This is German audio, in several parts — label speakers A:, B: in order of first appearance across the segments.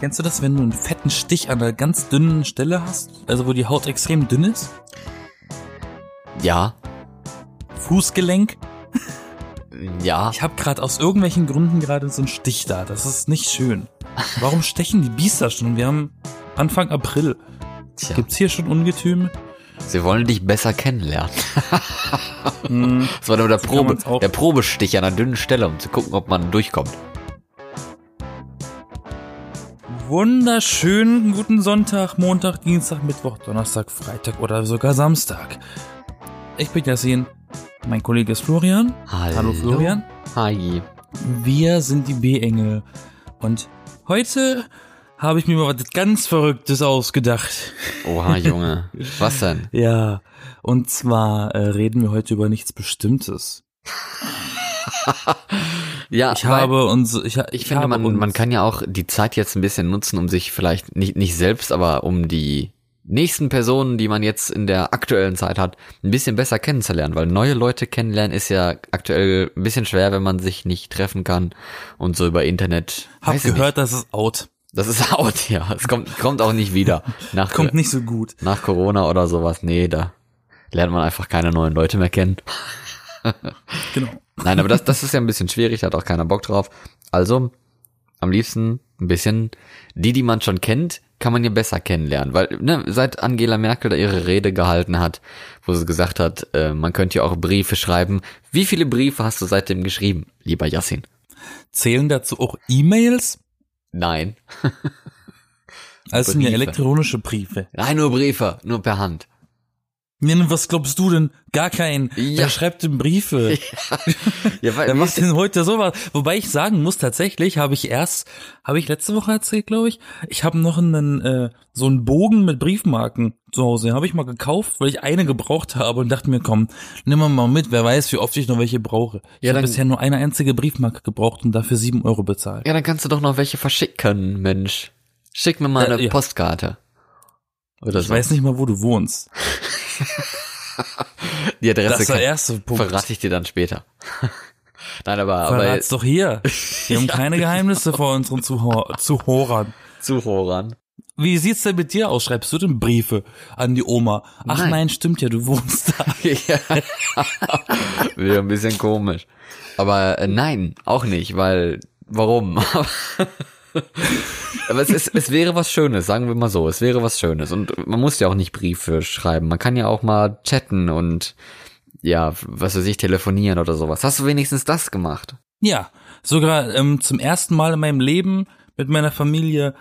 A: Kennst du das, wenn du einen fetten Stich an einer ganz dünnen Stelle hast? Also wo die Haut extrem dünn ist?
B: Ja,
A: Fußgelenk?
B: ja,
A: Ich habe gerade aus irgendwelchen Gründen gerade so einen Stich da. Das ist nicht schön. Warum stechen die Biester schon? Wir haben Anfang April.
B: tja.
A: Gibt's hier schon Ungetüm?
B: Sie wollen dich besser kennenlernen.
A: Hm,
B: Das war nur der,
A: So kann
B: Probe,
A: man's auch-
B: der Probestich an einer dünnen Stelle, um zu gucken, ob man durchkommt.
A: wunderschönen guten Sonntag, Montag, Dienstag, Mittwoch, Donnerstag, Freitag oder sogar Samstag. Ich bin Yassin. Mein Kollege ist Florian.
B: Hallo,
A: Hallo Florian.
B: Hi.
A: Wir sind die B-Engel. Und heute habe ich mir mal was ganz Verrücktes ausgedacht.
B: Oha, Junge. Was denn?
A: Ja, und zwar äh, reden wir heute über nichts Bestimmtes.
B: Ja,
A: Ich
B: weil-
A: habe uns, ich, ha-
B: Ich
A: habe
B: finde, man,
A: uns,
B: man kann ja auch die Zeit jetzt ein bisschen nutzen, um sich vielleicht nicht, nicht selbst, aber um die nächsten Personen, die man jetzt in der aktuellen Zeit hat, ein bisschen besser kennenzulernen, weil neue Leute kennenlernen ist ja aktuell ein bisschen schwer, wenn man sich nicht treffen kann und so über Internet.
A: hab
B: weiß ich Nicht.
A: gehört, das ist out.
B: Das ist out, ja. Es kommt, kommt auch nicht wieder. Nach,
A: Kommt nicht so gut.
B: nach Corona oder sowas. Nee, da lernt man einfach keine neuen Leute mehr kennen.
A: Genau.
B: Nein, aber das, das ist ja ein bisschen schwierig, da hat auch keiner Bock drauf. Also, am liebsten ein bisschen die, die man schon kennt, kann man ja besser kennenlernen. Weil, ne, seit Angela Merkel da ihre Rede gehalten hat, wo sie gesagt hat, äh, man könnte ja auch Briefe schreiben. Wie viele Briefe hast du seitdem geschrieben, lieber Yassin?
A: Zählen dazu auch E-Mails?
B: Nein.
A: Also sind ja
B: Briefe.
A: elektronische Briefe.
B: Nein, nur Briefe, nur per Hand.
A: Nee, nun, was glaubst du denn? Gar keinen.
B: Ja.
A: Wer schreibt denn Briefe?
B: Ja, weil,
A: Wer
B: wie
A: macht
B: ist,
A: denn heute sowas? Wobei ich sagen muss, tatsächlich habe ich erst, habe ich letzte Woche erzählt, glaube ich, ich habe noch einen, äh, so einen Bogen mit Briefmarken zu Hause. Den habe ich mal gekauft, weil ich eine gebraucht habe und dachte mir, komm, nimm mal mal mit, wer weiß, wie oft ich noch welche brauche. Ich
B: Ja,
A: habe
B: dann-
A: bisher nur eine einzige Briefmarke gebraucht und dafür sieben Euro bezahlt.
B: ja, dann kannst du doch noch welche verschicken, Mensch. Schick mir mal
A: Äh,
B: eine
A: ja.
B: Postkarte. Oder
A: ich weiß nicht mal, wo du wohnst.
B: Die Adresse
A: Das ist der
B: kann-
A: erste Punkt.
B: Verrate ich dir dann später. Nein, aber, genau. aber
A: Verrat's doch hier. Wir haben keine Geheimnisse vor unseren Zuhor Zuhörern.
B: Zuhörern.
A: Wie sieht's denn mit dir aus? Schreibst du denn Briefe an die Oma? Ach
B: Nein.
A: nein, stimmt ja, du wohnst da.
B: ja. Wäre ein bisschen komisch. Aber äh, nein, auch nicht, weil warum? aber es, ist, es wäre was Schönes, sagen wir mal so. Es wäre was Schönes. Und man muss ja auch nicht Briefe schreiben. Man kann ja auch mal chatten und ja, was weiß ich, telefonieren oder sowas. Hast du wenigstens das gemacht?
A: Ja, sogar ähm, zum ersten Mal in meinem Leben mit meiner Familie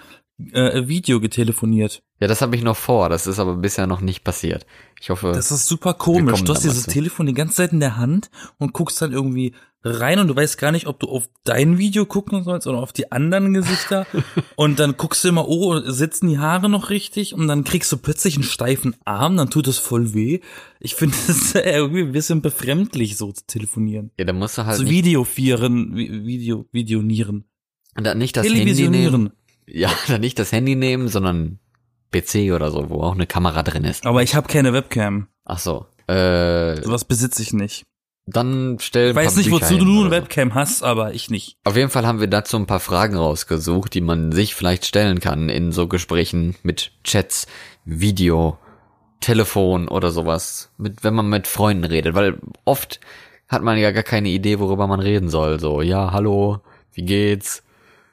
A: äh, Video getelefoniert.
B: Ja, das habe ich noch vor. Das ist aber bisher noch nicht passiert. Ich hoffe.
A: Das ist super
B: Wir
A: komisch.
B: kommen
A: Du hast
B: da mal
A: dieses
B: zu.
A: Telefon die ganze Zeit in der Hand und guckst dann irgendwie rein und du weißt gar nicht, ob du auf dein Video gucken sollst oder auf die anderen Gesichter. und dann guckst du immer, oh, sitzen die Haare noch richtig? Und dann kriegst du plötzlich einen steifen Arm, dann tut es voll weh. Ich finde es irgendwie ein bisschen befremdlich, so zu telefonieren.
B: ja, dann musst du halt
A: zu
B: nicht,
A: videofieren, Vi- Video, Videonieren.
B: dann nicht das Handy nehmen.
A: Televisionieren.
B: Ja, dann nicht das Handy nehmen, sondern PC oder so, wo auch eine Kamera drin ist.
A: Aber ich habe keine Webcam.
B: Ach so. Äh,
A: Sowas besitze ich nicht.
B: dann stell ein
A: Ich weiß
B: paar
A: nicht,
B: Bücher
A: wozu
B: hin
A: du eine
B: oder so.
A: Webcam hast, aber ich nicht.
B: Auf jeden Fall haben wir dazu ein paar Fragen rausgesucht, die man sich vielleicht stellen kann in so Gesprächen mit Chats, Video, Telefon oder sowas, mit, wenn man mit Freunden redet, weil oft hat man ja gar keine Idee, worüber man reden soll. So, ja, hallo, wie geht's?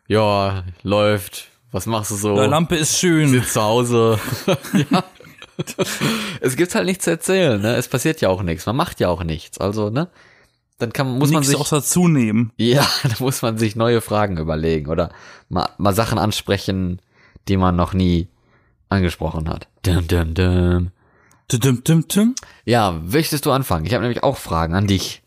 B: Ja, läuft. Was machst du so?
A: Die Lampe ist schön.
B: sitzt zu Hause. ja. Es gibt halt nichts zu erzählen, ne? Es passiert ja auch nichts. Man macht ja auch nichts. Also, ne? Dann kann, muss man
A: Nichts
B: sich,
A: auch dazu nehmen.
B: ja, dann muss man sich neue Fragen überlegen oder mal, mal Sachen ansprechen, die man noch nie angesprochen hat. Dum, dum, dum.
A: Tüm, tüm, tüm.
B: Ja, möchtest du anfangen? Ich habe nämlich auch Fragen an dich.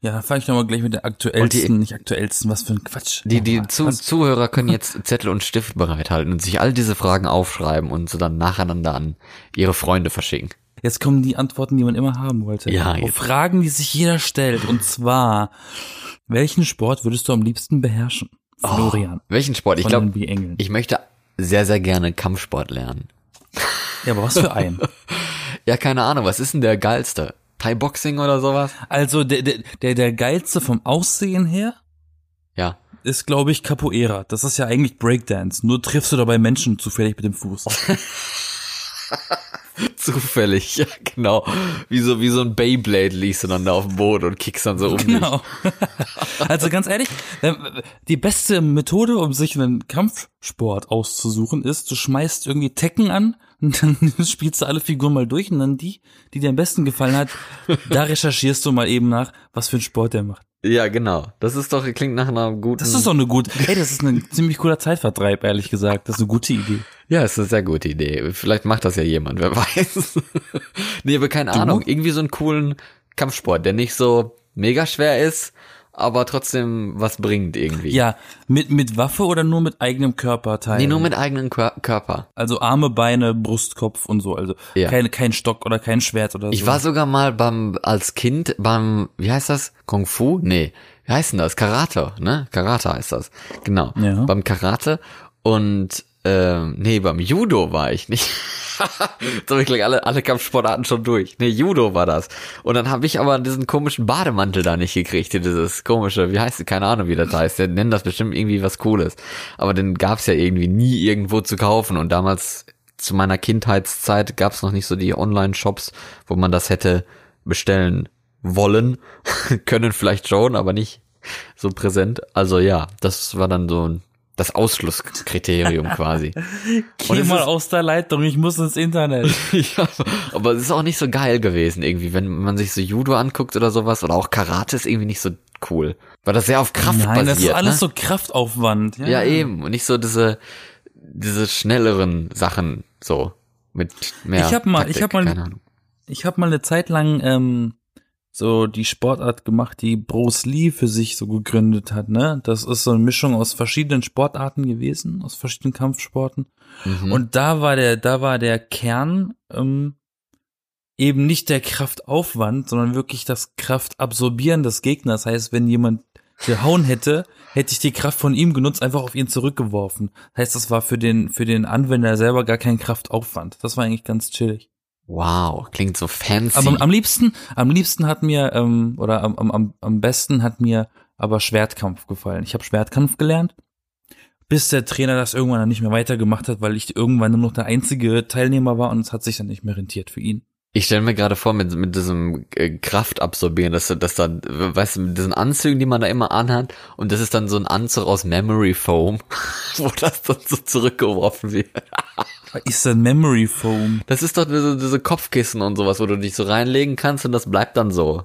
A: Ja, fange ich nochmal gleich mit der aktuellsten, nicht aktuellsten, was für ein Quatsch.
B: Die, die
A: Nochmal.
B: Zu
A: Was?
B: Zuhörer können jetzt Zettel und Stift bereithalten und sich all diese Fragen aufschreiben und sie dann nacheinander an ihre Freunde verschicken.
A: Jetzt kommen die Antworten, die man immer haben wollte.
B: Ja,
A: Auf
B: jetzt.
A: Fragen, die sich jeder stellt. Und zwar, welchen Sport würdest du am liebsten beherrschen? Florian.
B: Welchen Sport? Oh, Ich
A: von
B: glaube,
A: den B-Engeln.
B: Ich möchte sehr, sehr gerne Kampfsport lernen.
A: Ja, aber was für einen?
B: Ja, keine Ahnung, was ist denn der geilste? Thai-Boxing oder sowas?
A: Also der, der, der, der geilste vom Aussehen her
B: Ja.
A: ist, glaube ich, Capoeira. Das ist ja eigentlich Breakdance. Nur triffst du dabei Menschen zufällig mit dem
B: Oh,
A: Fuß.
B: Zufällig, ja, genau. Wie so, wie so ein Beyblade liegst du dann da auf dem Boden und kickst dann so um dich.
A: Genau. Also ganz ehrlich, wenn- die beste Methode, um sich einen Kampfsport auszusuchen, ist, du schmeißt irgendwie Tekken an und dann spielst du alle Figuren mal durch und dann die, die dir am besten gefallen hat, da recherchierst du mal eben nach, was für einen Sport der macht.
B: Ja, genau. Das ist doch, klingt nach einer guten.
A: Das ist doch eine gute, ey, das ist ein ziemlich cooler Zeitvertreib, ehrlich gesagt. Das ist eine gute Idee.
B: Ja, es ist eine sehr gute Idee. Vielleicht macht das ja jemand, wer weiß. nee, aber keine Ahnung. Irgendwie so einen coolen Kampfsport, der nicht so mega schwer ist, aber trotzdem was bringt irgendwie.
A: Ja, mit, mit Waffe oder nur mit eigenem Körperteil?
B: Nee, nur mit eigenem Kör Körper.
A: Also Arme, Beine, Brustkopf und so. Also
B: Ja.
A: kein, kein Stock oder kein Schwert oder
B: Ich
A: so.
B: war sogar mal beim, als Kind beim, wie heißt das? Kung Fu? Nee. Wie heißt denn das? Karate, ne? Karate heißt das. Genau.
A: Ja.
B: Beim Karate und, ähm, nee, beim Judo war ich nicht. Jetzt habe ich gleich alle, alle Kampfsportarten schon durch. Nee, Judo war das. Und dann habe ich aber diesen komischen Bademantel da nicht gekriegt, hier dieses komische, wie heißt, keine Ahnung, wie das heißt. Der nennen das bestimmt irgendwie was Cooles. Aber den gab's ja irgendwie nie irgendwo zu kaufen. Und damals zu meiner Kindheitszeit gab's noch nicht so die Online-Shops, wo man das hätte bestellen wollen. Können vielleicht schon, aber nicht so präsent. Also ja, das war dann so ein, das Ausschlusskriterium quasi. Und
A: Geh
B: es
A: mal
B: ist-
A: aus der Leitung, ich muss ins Internet.
B: ja, aber es ist auch nicht so geil gewesen irgendwie, wenn man sich so Judo anguckt oder sowas oder auch Karate ist irgendwie nicht so cool, weil das sehr auf Kraft
A: Nein,
B: basiert.
A: das ist alles
B: ne?
A: so Kraftaufwand. Ja,
B: ja, eben und nicht so diese diese schnelleren Sachen so mit mehr.
A: Ich hab mal- ich
B: Taktik,
A: hab mal-
B: keine Ahnung.
A: Ich habe mal eine Zeit lang ähm, so die Sportart gemacht, die Bruce Lee für sich so gegründet hat. Ne, das ist so eine Mischung aus verschiedenen Sportarten gewesen, aus verschiedenen Kampfsporten.
B: Mhm.
A: Und da war der, da war der Kern ähm, eben nicht der Kraftaufwand, sondern wirklich das Kraftabsorbieren des Gegners. Das heißt, wenn jemand gehauen hätte, hätte ich die Kraft von ihm genutzt, einfach auf ihn zurückgeworfen. Das heißt, das war für den, für den Anwender selber gar kein Kraftaufwand. Das war eigentlich ganz chillig.
B: wow, klingt so fancy.
A: Aber am liebsten, am liebsten hat mir, ähm, oder am, am- am, am besten hat mir aber Schwertkampf gefallen. Ich habe Schwertkampf gelernt, bis der Trainer das irgendwann dann nicht mehr weitergemacht hat, weil ich irgendwann nur noch der einzige Teilnehmer war und es hat sich dann nicht mehr rentiert für ihn.
B: Ich stelle mir gerade vor, mit, mit diesem äh, Kraftabsorbieren, dass, dass dann, weißt du, mit diesen Anzügen, die man da immer anhat, und das ist dann so ein Anzug aus Memory Foam, wo das dann so zurückgeworfen wird.
A: Was Ist denn Memory Foam?
B: Das ist doch diese, diese Kopfkissen und sowas, wo du dich so reinlegen kannst und das bleibt dann so.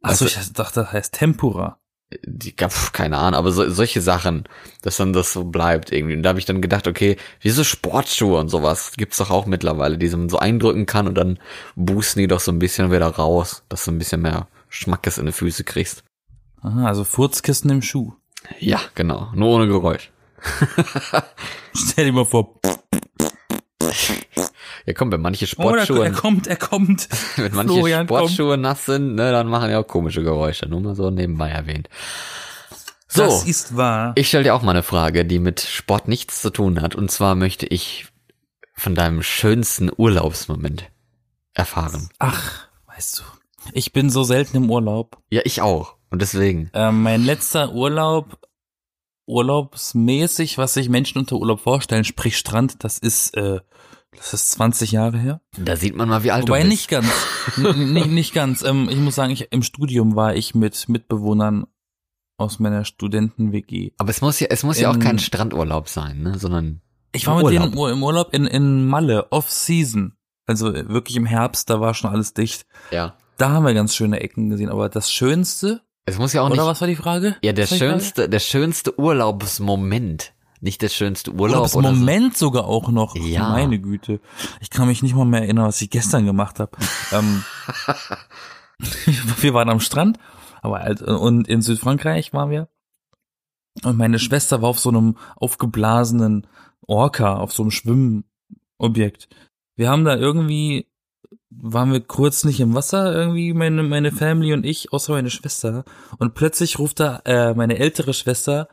A: Achso, ich dachte, das heißt Tempura.
B: Die, pf, keine Ahnung, aber so, solche Sachen, dass dann das so bleibt irgendwie. Und da habe ich dann gedacht, okay, wieso Sportschuhe und sowas gibt's doch auch mittlerweile, die man so eindrücken kann und dann boosten die doch so ein bisschen wieder raus, dass du ein bisschen mehr Schmackes in die Füße kriegst.
A: Aha, also Furzkissen im Schuh.
B: Ja, genau. Nur ohne Geräusch.
A: Stell dir mal vor.
B: Ja, komm, wenn manche
A: Oh, da, er
B: Sportschuhe,
A: kommt, er kommt.
B: wenn manche
A: Florian kommt.
B: Sportschuhe nass sind, ne, dann machen die auch komische Geräusche. Nur mal so nebenbei erwähnt. So,
A: Das ist wahr.
B: ich stelle dir auch mal eine Frage, die mit Sport nichts zu tun hat. Und zwar möchte ich von deinem schönsten Urlaubsmoment erfahren.
A: Ach, weißt du, ich bin so selten im Urlaub.
B: Ja, ich auch. Und deswegen.
A: Ähm, mein letzter Urlaub, urlaubsmäßig, was sich Menschen unter Urlaub vorstellen, sprich Strand, das ist, äh, das ist 20 Jahre her.
B: Da sieht man mal, wie alt
A: Wobei
B: du bist.
A: nicht ganz, n- nicht, nicht ganz. Ähm, ich muss sagen, ich, im Studium war ich mit Mitbewohnern aus meiner Studenten-WG.
B: Aber es muss ja, es muss ja auch kein
A: In-
B: Strandurlaub sein, ne, sondern
A: Ich war mit
B: Urlaub.
A: denen im Ur- im Urlaub in, in Malle, off-season. Also äh, wirklich im Herbst, da war schon alles dicht.
B: ja.
A: Da haben wir ganz schöne Ecken gesehen, aber das Schönste,
B: Es muss ja auch
A: oder
B: nicht.
A: was war die Frage?
B: Ja, der
A: Was war die Frage?
B: schönste, der schönste Urlaubsmoment. Nicht der schönste Urlaub.
A: Urlaub
B: oder so.
A: Moment sogar auch noch.
B: Ja.
A: Meine Güte. Ich kann mich nicht mal mehr erinnern, was ich gestern gemacht habe. ähm, wir waren am Strand, aber halt, und in Südfrankreich waren wir. Und meine Schwester war auf so einem aufgeblasenen Orca, auf so einem Schwimmobjekt. Wir haben da irgendwie, waren wir kurz nicht im Wasser, irgendwie meine, meine Family und ich, außer meine Schwester. Und plötzlich ruft da äh, meine ältere Schwester,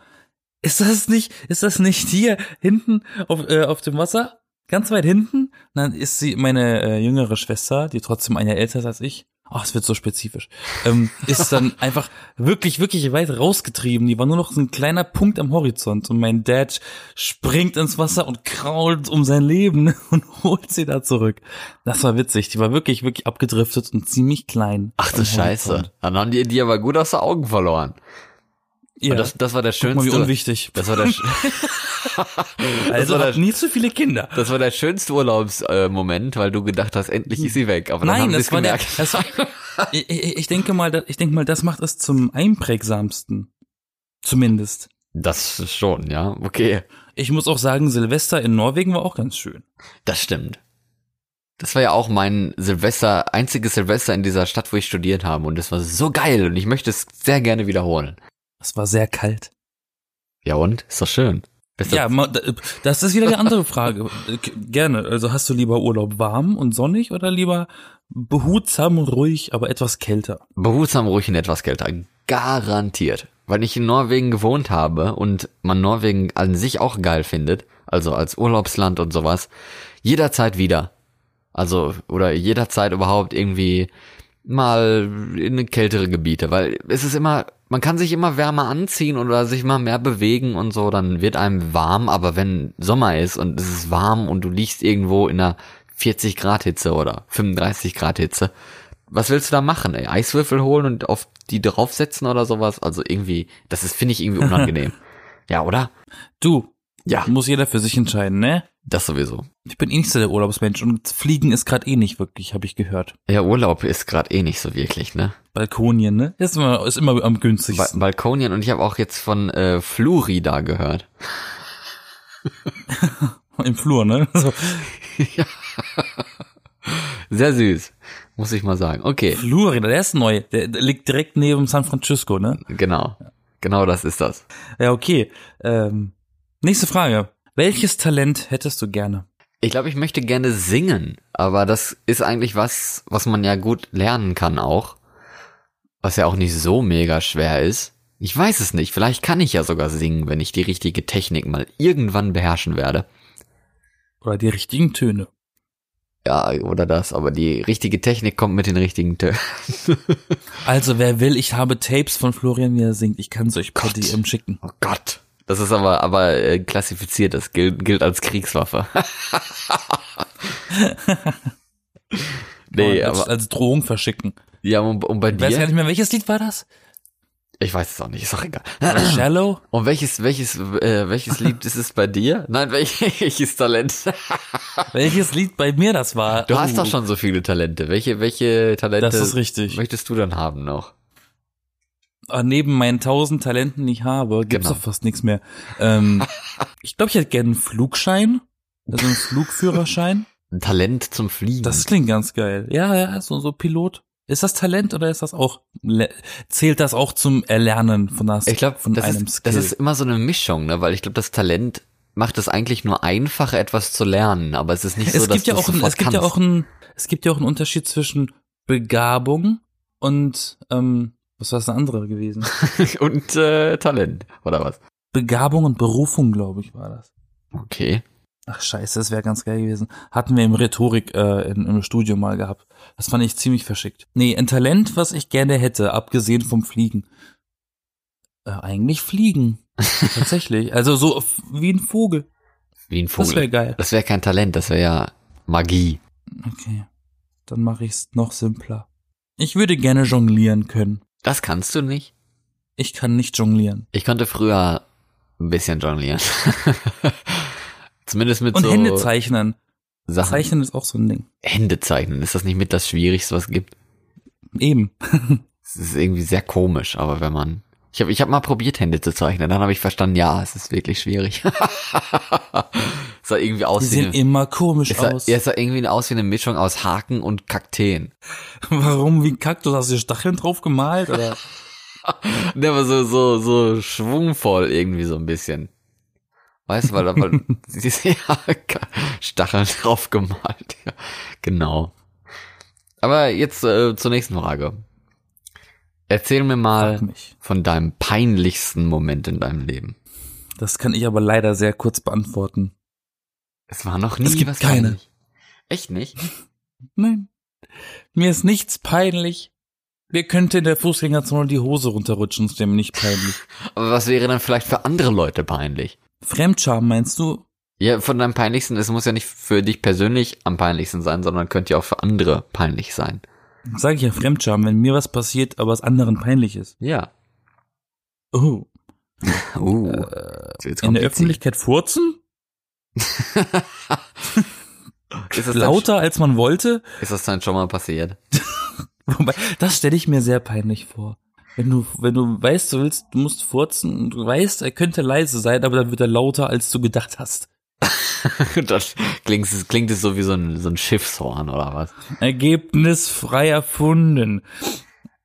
A: ist das nicht, ist das nicht hier hinten auf, äh, auf dem Wasser? Ganz weit hinten? Und dann ist sie meine äh, jüngere Schwester, die trotzdem ein Jahr älter ist als ich. ach, es wird so spezifisch, ähm, ist dann einfach wirklich, wirklich weit rausgetrieben. Die war nur noch so ein kleiner Punkt am Horizont und mein Dad springt ins Wasser und krault um sein Leben und holt sie da zurück. Das war witzig. Die war wirklich, wirklich abgedriftet und ziemlich klein.
B: Ach du
A: am
B: Scheiße.
A: Horizont.
B: Dann haben die die aber gut aus den Augen verloren.
A: Ja,
B: Und das, das war der
A: guck mal, wie
B: schönste.
A: unwichtig.
B: Das war der, sch-
A: Also
B: war
A: hat
B: das-
A: nicht so viele Kinder.
B: das war der schönste Urlaubsmoment, äh, Moment, weil du gedacht hast, endlich ist sie weg. Aber dann
A: Nein,
B: haben
A: das
B: sie's
A: war der.
B: gemerkt.
A: Das war, ich, ich ich denke mal, da- ich denke mal, das macht es zum einprägsamsten. Zumindest.
B: Das ist schon, ja, okay.
A: Ich muss auch sagen, Silvester in Norwegen war auch ganz schön.
B: Das stimmt. Das war ja auch mein Silvester, einziges Silvester in dieser Stadt, wo ich studiert habe. Und das war so geil und ich möchte es sehr gerne wiederholen.
A: Es war sehr kalt.
B: Ja und? Ist doch schön. Bester,
A: Ja, ma- da- das ist wieder die andere Frage. K- Gerne. Also hast du lieber Urlaub warm und sonnig oder lieber behutsam, ruhig, aber etwas kälter?
B: Behutsam ruhig in etwas Geld ein. Garantiert. Weil ich in Norwegen gewohnt habe und man Norwegen an sich auch geil findet, also als Urlaubsland und sowas, jederzeit wieder. Also, oder jederzeit überhaupt irgendwie mal in kältere Gebiete, weil es ist immer, man kann sich immer wärmer anziehen oder sich mal mehr bewegen und so, dann wird einem warm, aber wenn Sommer ist und es ist warm und du liegst irgendwo in einer 40 Grad Hitze oder 35 Grad Hitze, was willst du da machen, ey? Eiswürfel holen und auf die draufsetzen oder sowas? Also irgendwie, das ist, finde ich irgendwie unangenehm. ja, oder?
A: Du,
B: Ja.
A: muss jeder für sich entscheiden, ne?
B: Das sowieso.
A: Ich bin eh nicht so der Urlaubsmensch und Fliegen ist gerade eh nicht wirklich, habe ich gehört.
B: Ja, Urlaub ist gerade eh nicht so wirklich, ne?
A: Balkonien, ne? Ist immer, ist immer am
B: Ba
A: günstigsten.
B: Balkonien und ich habe auch jetzt von äh, Florida gehört.
A: Im Flur, ne? So.
B: Sehr süß, muss ich mal sagen. Okay,
A: Florida, der ist neu. Der, der liegt direkt neben San Francisco, ne?
B: genau. Genau das ist das.
A: Ja, okay. Ähm, nächste Frage. Welches Talent hättest du gerne?
B: Ich glaube, ich möchte gerne singen, aber das ist eigentlich was, was man ja gut lernen kann auch. Was ja auch nicht so mega schwer ist. Ich weiß es nicht, vielleicht kann ich ja sogar singen, wenn ich die richtige Technik mal irgendwann beherrschen werde.
A: Oder die richtigen Töne?
B: Ja, oder das, aber die richtige Technik kommt mit den richtigen Tönen.
A: Also, wer will, ich habe Tapes von Florian, wie er singt. Ich kann es euch per
B: Gott.
A: DM schicken.
B: Oh Gott. Das ist aber, aber äh, klassifiziert, das gilt, gilt als Kriegswaffe. nee,
A: als,
B: aber,
A: als Drohung verschicken.
B: ja, und, und bei
A: Ich weiß gar
B: dir?
A: nicht mehr, welches Lied war das?
B: Ich weiß es auch nicht, ist auch egal.
A: Shallow?
B: Und welches, welches, äh, welches Lied ist es bei dir? Nein, welch- welches Talent?
A: Welches Lied bei mir das war?
B: Du hast
A: Oh,
B: doch schon so viele Talente. Welche, welche Talente
A: Das ist richtig.
B: möchtest du dann haben noch?
A: Ah, neben meinen tausend Talenten, die ich habe, gibt's
B: Genau.
A: doch fast nichts mehr. Ähm, ich glaube, ich hätte gerne einen Flugschein. Also einen Flugführerschein.
B: Ein Talent zum Fliegen.
A: Das klingt ganz geil. Ja, ja, so, so Pilot. Ist das Talent oder ist das auch, le- zählt das auch zum Erlernen von, das,
B: ich glaube,
A: von
B: das,
A: einem
B: ist-
A: Skill?
B: das ist immer so eine Mischung, ne? weil ich glaube, das Talent macht es eigentlich nur einfacher, etwas zu lernen, aber es ist nicht so,
A: es
B: dass
A: gibt ja
B: du's
A: auch, ein,
B: sofort
A: es gibt ja
B: kannst.
A: auch ein, es gibt ja auch einen Unterschied zwischen Begabung und, ähm, was war das eine andere gewesen?
B: und äh, Talent, oder was?
A: Begabung und Berufung, glaube ich, war das.
B: Okay.
A: Ach scheiße, das wäre ganz geil gewesen. Hatten wir im Rhetorik äh, in, im Studium mal gehabt. Das fand ich ziemlich verschickt. Nee, ein Talent, was ich gerne hätte, abgesehen vom Fliegen. Äh, eigentlich Fliegen. Tatsächlich. Also so f- wie ein Vogel.
B: Wie ein
A: Das wäre
B: Vogel.
A: geil.
B: Das wäre kein Talent, das wäre ja Magie.
A: Okay. Dann mache ich es noch simpler. Ich würde gerne jonglieren können.
B: Das kannst du nicht.
A: Ich kann nicht jonglieren.
B: Ich konnte früher ein bisschen jonglieren. Zumindest mit
A: Und
B: so
A: Hände zeichnen.
B: Sachen.
A: Zeichnen ist auch so ein Ding.
B: Hände zeichnen. Ist das nicht mit das Schwierigste, was es gibt?
A: Eben.
B: Es ist irgendwie sehr komisch, aber wenn man. Ich habe ich hab mal probiert, Hände zu zeichnen. Dann habe ich verstanden, ja, es ist wirklich schwierig. es sah irgendwie
A: Die
B: aus wie
A: sehen
B: eine,
A: immer komisch
B: es sah,
A: aus.
B: ja, es sah irgendwie aus wie eine Mischung aus Haken und Kakteen.
A: Warum wie ein Kaktus? Hast du hier Stacheln drauf gemalt? Oder?
B: Der war so, so, so schwungvoll irgendwie so ein bisschen. Weißt du, weil da war diese ja, Stacheln drauf gemalt. Ja, genau. Aber jetzt äh, zur nächsten Frage. Erzähl mir
A: Frag
B: mal
A: mich.
B: von deinem peinlichsten Moment in deinem Leben.
A: Das kann ich aber leider sehr kurz beantworten.
B: Es war noch nie
A: Es gibt
B: was
A: keine.
B: peinlich. Echt nicht?
A: Nein. Mir ist nichts peinlich. Mir könnte in der Fußgängerzone die Hose runterrutschen, ist dem nicht peinlich.
B: Aber was wäre dann vielleicht für andere Leute peinlich?
A: Fremdscham meinst du?
B: Ja, von deinem peinlichsten, es muss ja nicht für dich persönlich am peinlichsten sein, sondern könnte ja auch für andere peinlich sein.
A: Sag ich ja Fremdscham, wenn mir was passiert, aber es anderen peinlich ist.
B: Ja.
A: Oh. Äh,
B: Uh,
A: In
B: jetzt
A: der
B: komplizierter.
A: Öffentlichkeit furzen?
B: Ist das, dann,
A: Lauter als man wollte?
B: ist das dann schon mal passiert?
A: Wobei, das stelle ich mir sehr peinlich vor. Wenn du, wenn du weißt, du willst, du musst furzen und du weißt, er könnte leise sein, aber dann wird er lauter, als du gedacht hast.
B: das klingt, es- klingt es so wie so ein, so ein Schiffshorn oder was?
A: Ergebnis frei erfunden.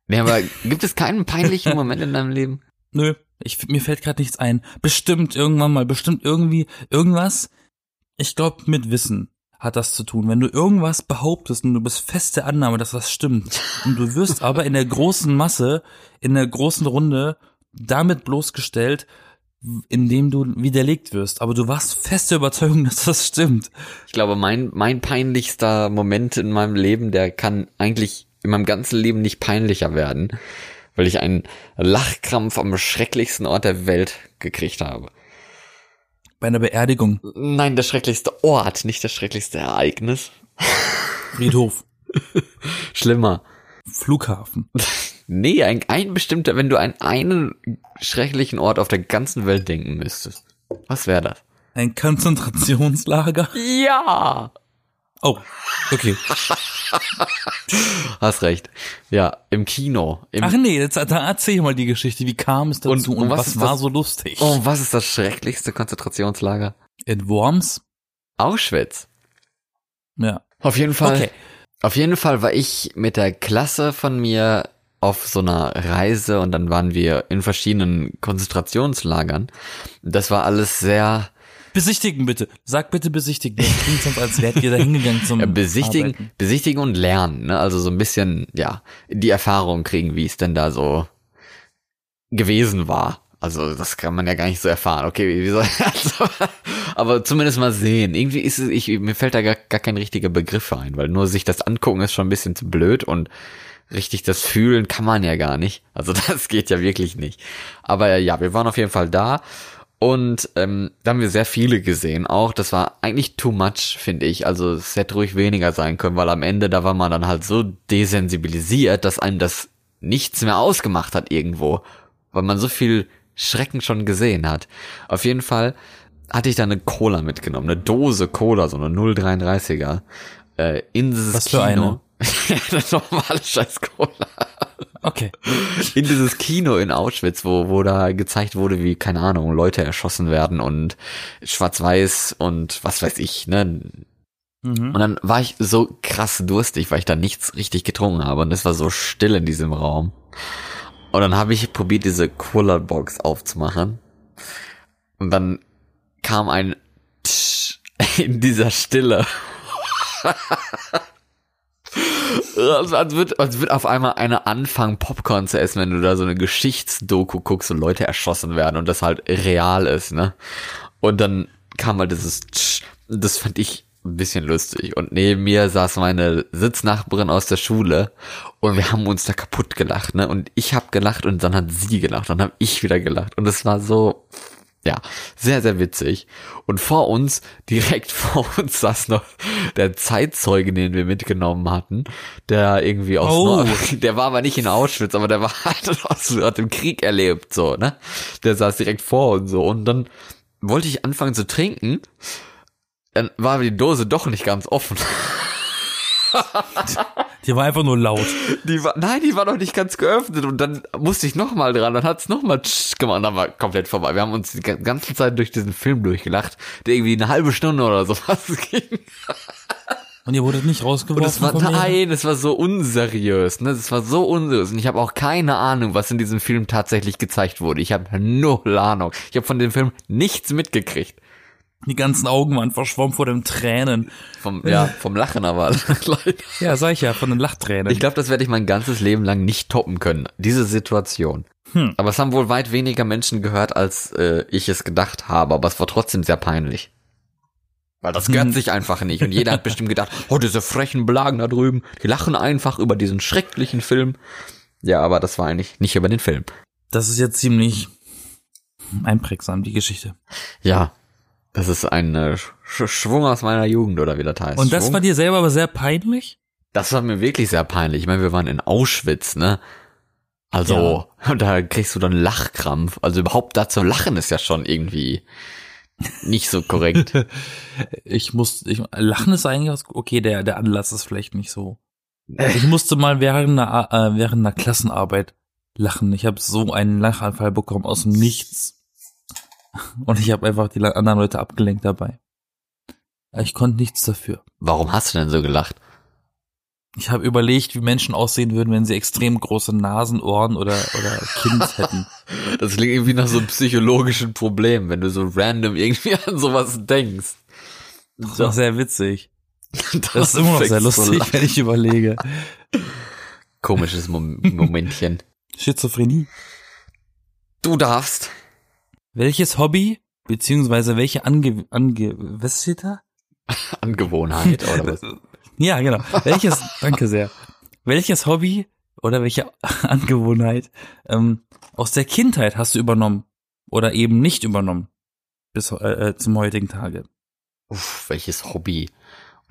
B: Nee, aber gibt es keinen peinlichen Moment in deinem Leben?
A: Nö, ich, mir fällt gerade nichts ein. Bestimmt irgendwann mal, bestimmt irgendwie, irgendwas. Ich glaube, mit Wissen hat das zu tun. Wenn du irgendwas behauptest und du bist fest der Annahme, dass das stimmt, und du wirst aber in der großen Masse, in der großen Runde damit bloßgestellt, indem du widerlegt wirst. Aber du warst fest der Überzeugung, dass das stimmt.
B: Ich glaube, mein, mein peinlichster Moment in meinem Leben, der kann eigentlich in meinem ganzen Leben nicht peinlicher werden, weil ich einen Lachkrampf am schrecklichsten Ort der Welt gekriegt habe.
A: Bei einer Beerdigung,
B: Nein, der schrecklichste Ort, nicht das schrecklichste Ereignis.
A: Friedhof,
B: Schlimmer.
A: Flughafen.
B: Nee, ein, ein bestimmter, wenn du an einen schrecklichen Ort auf der ganzen Welt denken müsstest. Was wäre das?
A: Ein Konzentrationslager.
B: Ja!
A: Oh, okay.
B: Hast recht. Ja, im Kino. Im
A: Ach nee, jetzt, da erzähl mal die Geschichte. Wie kam es dazu
B: Und-
A: und,
B: und was
A: was,
B: ist
A: war
B: das-
A: so lustig?
B: oh, was ist das schrecklichste Konzentrationslager?
A: In Worms?
B: Auschwitz.
A: Ja.
B: Auf jeden Fall.
A: Okay.
B: Auf jeden Fall war ich mit der Klasse von mir auf so einer Reise und dann waren wir in verschiedenen Konzentrationslagern. Das war alles sehr
A: Besichtigen bitte. Sag bitte besichtigen. Das klingt sonst, als wärt ihr da hingegangen zum
B: Ja, äh, besichtigen,
A: Um Arbeiten.
B: besichtigen und lernen, ne? Also so ein bisschen, ja, die Erfahrung kriegen, wie es denn da so gewesen war. Also das kann man ja gar nicht so erfahren. Okay, wie, wie soll also, aber zumindest mal sehen. Irgendwie ist es, ich, mir fällt da gar, gar kein richtiger Begriff ein, weil nur sich das angucken ist schon ein bisschen zu blöd und richtig das Fühlen kann man ja gar nicht. Also das geht ja wirklich nicht. Aber ja, wir waren auf jeden Fall da und ähm, da haben wir sehr viele gesehen auch. Das war eigentlich too much, finde ich. Also es hätte ruhig weniger sein können, weil am Ende, da war man dann halt so desensibilisiert, dass einem das nichts mehr ausgemacht hat irgendwo, weil man so viel Schrecken schon gesehen hat. Auf jeden Fall hatte ich da eine Cola mitgenommen, eine Dose Cola, so eine 0,33er. Äh, in dieses
A: Was für
B: Kino. eine? normale scheiß Cola
A: Okay.
B: in dieses Kino in Auschwitz, wo, wo da gezeigt wurde, wie, keine Ahnung, Leute erschossen werden und schwarz-weiß und was weiß ich, ne?
A: Mhm.
B: Und dann war ich so krass durstig, weil ich da nichts richtig getrunken habe und es war so still in diesem Raum. Und dann habe ich probiert, diese Cola-Box aufzumachen. Und dann kam ein Tsch in dieser Stille. Also, als wird, als wird auf einmal einer anfangen, Popcorn zu essen, wenn du da so eine Geschichtsdoku guckst und Leute erschossen werden und das halt real ist, ne? Und dann kam halt dieses Tsch, das fand ich ein bisschen lustig. Und neben mir saß meine Sitznachbarin aus der Schule und wir haben uns da kaputt gelacht, ne? Und ich hab gelacht und dann hat sie gelacht, dann hab ich wieder gelacht. Und es war so, ja, sehr, sehr witzig. Und vor uns, direkt vor uns saß noch der Zeitzeuge, den wir mitgenommen hatten, der irgendwie aus,
A: Oh.
B: Nor- der war aber nicht in Auschwitz, aber der war halt aus, hat den Krieg erlebt, so, ne? Der saß direkt vor und so. Und dann wollte ich anfangen zu trinken, dann war die Dose doch nicht ganz offen.
A: Die war einfach nur laut.
B: Die war, nein, die war noch nicht ganz geöffnet und dann musste ich nochmal dran, dann hat's nochmal gemacht und dann war komplett vorbei. Wir haben uns die ga- ganze Zeit durch diesen Film durchgelacht, der irgendwie eine halbe Stunde oder sowas ging.
A: Und ihr wurdet nicht
B: Und
A: rausgeworfen
B: es war,
A: von mir?
B: nein, es war so unseriös, ne? Es war so unseriös. Und ich habe auch keine Ahnung, was in diesem Film tatsächlich gezeigt wurde. Ich habe null Ahnung. Ich habe von dem Film nichts mitgekriegt.
A: Die ganzen Augen waren verschwommen vor den Tränen.
B: Vom,
A: Äh.
B: ja, vom Lachen aber. Leider.
A: Ja, sag ich ja, von den Lachtränen.
B: Ich glaube, das werde ich mein ganzes Leben lang nicht toppen können, diese Situation.
A: Hm.
B: Aber es haben wohl weit weniger Menschen gehört, als äh, ich es gedacht habe, aber es war trotzdem sehr peinlich. Weil das gehört
A: Hm.
B: sich einfach nicht. Und jeder hat bestimmt gedacht, oh, diese frechen Blagen da drüben, die lachen einfach über diesen schrecklichen Film. Ja, aber das war eigentlich nicht über den Film.
A: Das ist jetzt ziemlich einprägsam, die Geschichte.
B: Ja, das ist ein äh, Sch Schwung aus meiner Jugend oder wie das heißt.
A: Und das
B: Schwung?
A: war dir selber aber sehr peinlich?
B: Das war mir wirklich sehr peinlich. Ich meine, wir waren in Auschwitz, ne? Also, da kriegst du dann Lachkrampf. Also überhaupt da zu lachen ist ja schon irgendwie nicht so korrekt.
A: Ich musste, ich, Lachen ist eigentlich, was- okay, der, der Anlass ist vielleicht nicht so. Ich musste mal während einer, A- äh, während einer Klassenarbeit lachen. Ich habe so einen Lachanfall bekommen aus dem Nichts. Und ich habe einfach die la- anderen Leute abgelenkt dabei. Ich konnte nichts dafür.
B: Warum hast du denn so gelacht?
A: Ich habe überlegt, wie Menschen aussehen würden, wenn sie extrem große Nasen, Ohren oder, oder Kinns hätten.
B: Das klingt irgendwie nach so einem psychologischen Problem, wenn du so random irgendwie an sowas denkst.
A: Das war sehr witzig.
B: Das,
A: Das ist immer noch
B: fängt
A: sehr
B: so
A: lustig,
B: lachen.
A: wenn ich überlege.
B: Komisches Mom Momentchen.
A: Schizophrenie.
B: Du darfst.
A: Welches Hobby, beziehungsweise welche Ange... Ange was steht da?
B: Angewohnheit oder was?
A: Ja, genau. Welches, danke sehr. Welches Hobby oder welche Angewohnheit ähm, aus der Kindheit hast du übernommen oder eben nicht übernommen bis äh, äh, zum heutigen Tage?
B: Uff, welches Hobby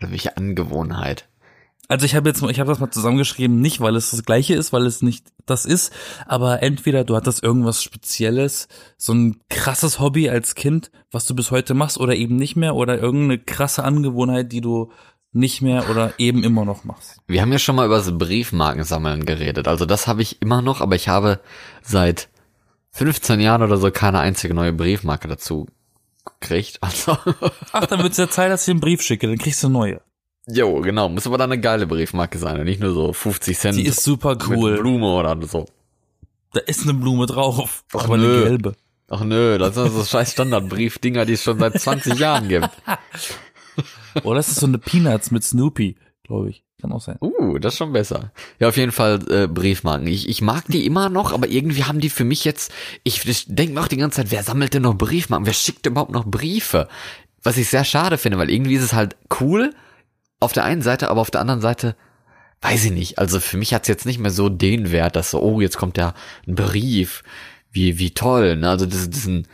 B: oder welche Angewohnheit.
A: Also ich habe jetzt, ich habe das mal zusammengeschrieben, nicht weil es das Gleiche ist, weil es nicht das ist, aber entweder du hattest irgendwas Spezielles, so ein krasses Hobby als Kind, was du bis heute machst oder eben nicht mehr oder irgendeine krasse Angewohnheit, die du nicht mehr oder eben immer noch machst.
B: Wir haben ja schon mal über das Briefmarkensammeln geredet. Also das habe ich immer noch, aber ich habe seit 15 Jahren oder so keine einzige neue Briefmarke dazu gekriegt. Also,
A: Ach, dann wird's ja Zeit, dass ich einen Brief schicke, dann kriegst du eine neue.
B: jo, genau. Muss aber dann eine geile Briefmarke sein und nicht nur so 50 Cent
A: Die ist super
B: mit
A: cool.
B: Blume oder so.
A: Da ist eine Blume drauf,
B: Ach,
A: aber eine
B: nö.
A: gelbe.
B: Ach nö, das sind so scheiß Standardbriefdinger, die es schon seit 20 Jahren gibt.
A: Oder das ist so eine Peanuts mit Snoopy, glaube ich. Kann auch sein.
B: Uh, das ist schon besser. Ja, auf jeden Fall äh, Briefmarken. Ich, ich mag die immer noch, aber irgendwie haben die für mich jetzt. Ich, ich denke noch die ganze Zeit, wer sammelt denn noch Briefmarken? Wer schickt überhaupt noch Briefe? Was ich sehr schade finde, weil irgendwie ist es halt cool auf der einen Seite, aber auf der anderen Seite weiß ich nicht. Also für mich hat's jetzt nicht mehr so den Wert, dass so, oh, jetzt kommt ja ein Brief. Wie, wie toll, ne? Also das, diesen,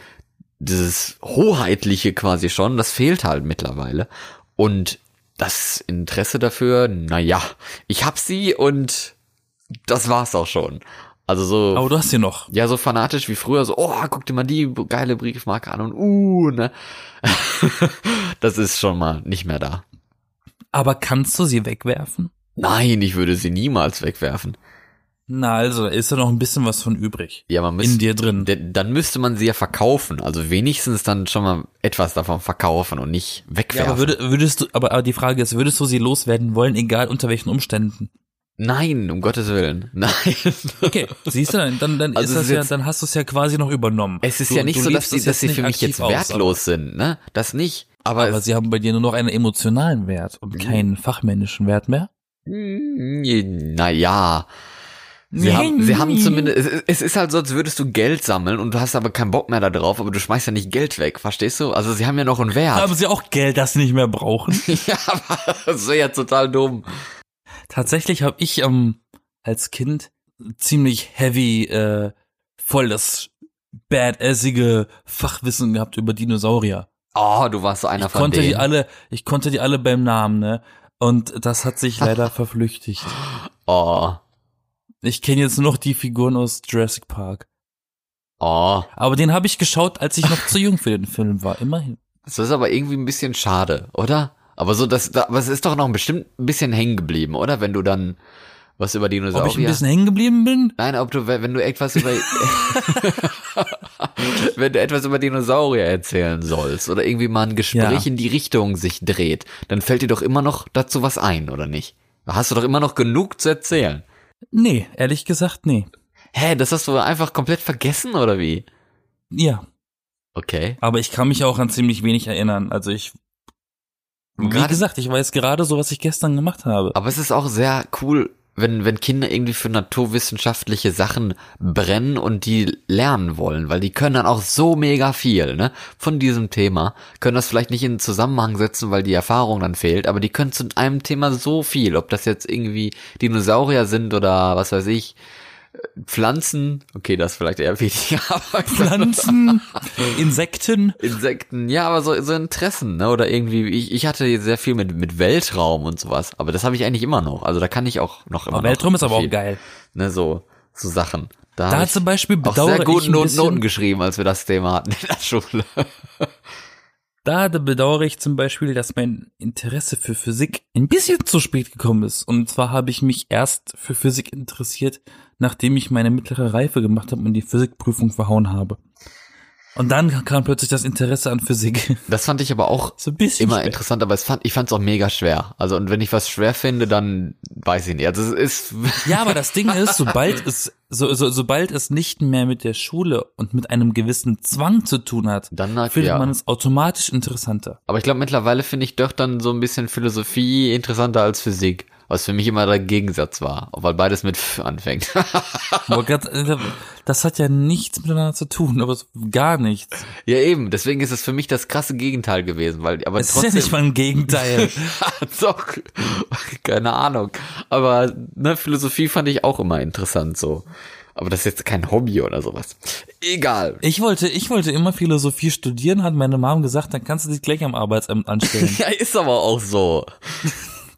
B: dieses Hoheitliche quasi schon, das fehlt halt mittlerweile. Und das Interesse dafür, naja, ich hab sie und das war's auch schon. Also so.
A: Aber du hast sie noch.
B: Ja, so fanatisch wie früher, so, oh, guck dir mal die geile Briefmarke an und uh, ne? das ist schon mal nicht mehr da.
A: Aber kannst du sie wegwerfen?
B: Nein, ich würde sie niemals wegwerfen.
A: Na, also, da ist ja noch ein bisschen was von übrig.
B: Ja, man
A: In
B: müsste,
A: dir drin.
B: d- dann müsste man sie ja verkaufen. Also wenigstens dann schon mal etwas davon verkaufen und nicht
A: Ja,
B: wegwerfen.
A: aber würde, würdest du, aber, aber die Frage ist, würdest du sie loswerden wollen, egal unter welchen Umständen?
B: Nein, um Gottes Willen. Nein.
A: Okay, siehst du, dann, dann, dann
B: Also
A: ist
B: es
A: das
B: ist
A: ja,
B: jetzt-
A: dann hast du es ja quasi noch übernommen.
B: Es ist
A: Du-
B: ja nicht
A: du
B: so,
A: lebst
B: dass sie,
A: es
B: dass sie
A: nicht
B: für mich
A: aktiv
B: jetzt
A: aus,
B: wertlos sind, ne? Das nicht. Aber,
A: Aber, aber
B: es,
A: sie haben bei dir nur noch einen emotionalen Wert und
B: Mhm.
A: keinen fachmännischen Wert mehr.
B: naja. Hm, Sie haben, sie haben zumindest, es- es ist halt so, als würdest du Geld sammeln und du hast aber keinen Bock mehr da drauf, aber du schmeißt ja nicht Geld weg, verstehst du? Also sie haben ja noch einen Wert.
A: Haben sie auch Geld, das sie nicht mehr brauchen?
B: ja, aber das wäre ja total dumm.
A: Tatsächlich habe ich ähm, als Kind ziemlich heavy, äh, voll das badassige Fachwissen gehabt über Dinosaurier.
B: Oh, du warst so einer
A: Ich
B: von
A: konnte
B: denen.
A: die alle, ich konnte die alle beim Namen, ne? Und das hat sich leider verflüchtigt.
B: oh,
A: Ich kenne jetzt nur noch die Figuren aus Jurassic Park.
B: oh.
A: Aber den habe ich geschaut, als ich noch zu jung für den Film war, immerhin.
B: Das ist aber irgendwie ein bisschen schade, oder? Aber so, das, da, aber es ist doch noch bestimmt ein bisschen hängen geblieben, oder? Wenn du dann was über
A: Ob
B: Dinosaurier.
A: ich ein bisschen hängen geblieben bin?
B: Nein, ob du, wenn du etwas über, wenn du etwas über Dinosaurier erzählen sollst oder irgendwie mal ein Gespräch
A: Ja.
B: in die Richtung sich dreht, dann fällt dir doch immer noch dazu was ein, oder nicht? Da hast du doch immer noch genug zu erzählen.
A: Nee, ehrlich gesagt, nee.
B: Hä, das hast du einfach komplett vergessen, oder wie?
A: Ja,
B: Okay.
A: aber ich kann mich auch an ziemlich wenig erinnern. Also ich, wie
B: Gerade-
A: gesagt, ich weiß gerade so, was ich gestern gemacht habe.
B: Aber es ist auch sehr cool, wenn, wenn Kinder irgendwie für naturwissenschaftliche Sachen brennen und die lernen wollen, weil die können dann auch so mega viel, ne, von diesem Thema, können das vielleicht nicht in Zusammenhang setzen, weil die Erfahrung dann fehlt, aber die können zu einem Thema so viel, ob das jetzt irgendwie Dinosaurier sind oder was weiß ich, äh, Pflanzen, okay, das ist vielleicht eher weniger, aber
A: Pflanzen, Insekten.
B: Insekten, ja, aber so, so Interessen, ne? Oder irgendwie, ich, ich hatte sehr viel mit, mit Weltraum und sowas, aber das habe ich eigentlich immer noch. Also da kann ich auch noch immer.
A: Aber Weltraum
B: noch
A: ist aber auch
B: viel,
A: geil.
B: Ne, so, so Sachen. Da,
A: Da
B: hab ich
A: zum Beispiel
B: auch
A: bedauere
B: sehr
A: ich
B: gute
A: ein
B: Not
A: bisschen,
B: Noten geschrieben, als wir das Thema hatten in der Schule.
A: Da bedauere ich zum Beispiel, dass mein Interesse für Physik ein bisschen zu spät gekommen ist. Und zwar habe ich mich erst für Physik interessiert, nachdem ich meine mittlere Reife gemacht habe und die Physikprüfung verhauen habe. Und dann kam plötzlich das Interesse an Physik.
B: Das fand ich aber auch
A: So ein bisschen
B: immer
A: spät.
B: interessant, aber es fand, ich fand es auch mega schwer. Also, und wenn ich was schwer finde, dann weiß ich nicht. Also, es ist,
A: Ja, aber das Ding ist, sobald es, so, so, sobald es nicht mehr mit der Schule und mit einem gewissen Zwang zu tun hat,
B: dann halt,
A: findet
B: ja.
A: man es automatisch interessanter.
B: Aber ich glaube, mittlerweile finde ich doch dann so ein bisschen Philosophie interessanter als Physik. Was für mich immer der Gegensatz war, weil beides mit F anfängt.
A: Aber grad, äh, das hat ja nichts miteinander zu tun, aber so gar nichts.
B: ja eben, deswegen ist es für mich das krasse Gegenteil gewesen, weil aber
A: Es ist ja
B: trotzdem
A: nicht mal ein Gegenteil.
B: doch keine Ahnung, aber ne, Philosophie fand ich auch immer interessant so. Aber das ist jetzt kein Hobby oder sowas. Egal.
A: Ich wollte, ich wollte immer Philosophie studieren, hat meine Mom gesagt, dann kannst du dich gleich am Arbeitsamt anstellen.
B: Ja, ist aber auch so.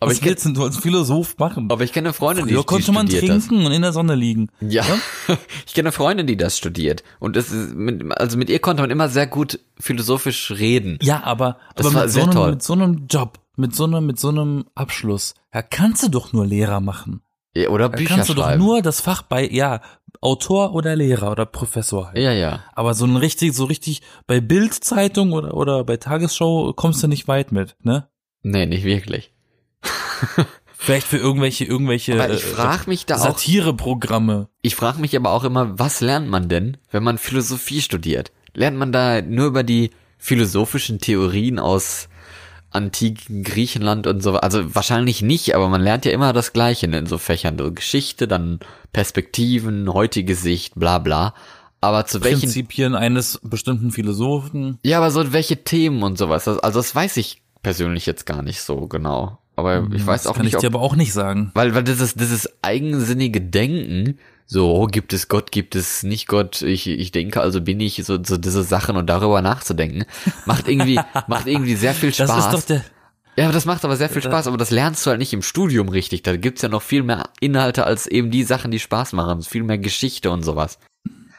B: Aber
A: Was
B: ich, kenn-
A: willst denn du als Philosoph machen?
B: aber ich kenne eine Freundin, die,
A: Ja,
B: die
A: konnte man
B: studiert das.
A: trinken und in der Sonne liegen.
B: Ja, ich kenne eine Freundin, die das studiert. Und es ist mit, also mit ihr konnte man immer sehr gut philosophisch reden.
A: Ja, aber,
B: Das
A: aber
B: war
A: mit, so
B: sehr
A: einem,
B: toll.
A: mit so einem Job, mit so einem, mit so einem Abschluss, ja, kannst du doch nur Lehrer machen.
B: Ja, Oder
A: Da
B: Bücher
A: kannst du doch
B: schreiben.
A: nur das Fach bei, ja, Autor oder Lehrer oder Professor halt.
B: ja, ja.
A: Aber so ein richtig, so richtig bei Bild-Zeitung oder, oder bei Tagesschau kommst du nicht weit mit, ne?
B: Nee, nicht wirklich.
A: Vielleicht für irgendwelche, irgendwelche
B: Weil ich
A: äh,
B: frage mich da auch,
A: Satireprogramme.
B: ich frage mich aber auch immer, was lernt man denn, wenn man Philosophie studiert? Lernt man da nur über die philosophischen Theorien aus antiken Griechenland und so? Also wahrscheinlich nicht, aber man lernt ja immer das Gleiche ne, in so Fächern. So Geschichte, dann Perspektiven, heutige Sicht, bla bla. Aber zu welchen
A: Prinzipien eines bestimmten Philosophen.
B: Ja, aber so welche Themen und sowas. Das, also das weiß ich persönlich jetzt gar nicht so genau. Aber ich
A: Mhm,
B: weiß
A: Das
B: auch
A: kann
B: nicht,
A: ich dir
B: ob,
A: aber auch nicht sagen.
B: weil weil dieses dieses eigensinnige Denken, so oh, gibt es Gott, gibt es nicht Gott, ich ich denke, also bin ich so so diese Sachen und darüber nachzudenken, macht irgendwie macht irgendwie sehr viel Spaß.
A: Das ist doch der.
B: Ja, aber das macht aber sehr viel Spaß, aber das lernst du halt nicht im Studium richtig. Da gibt's ja noch viel mehr Inhalte als eben die Sachen, die Spaß machen, viel mehr Geschichte und sowas.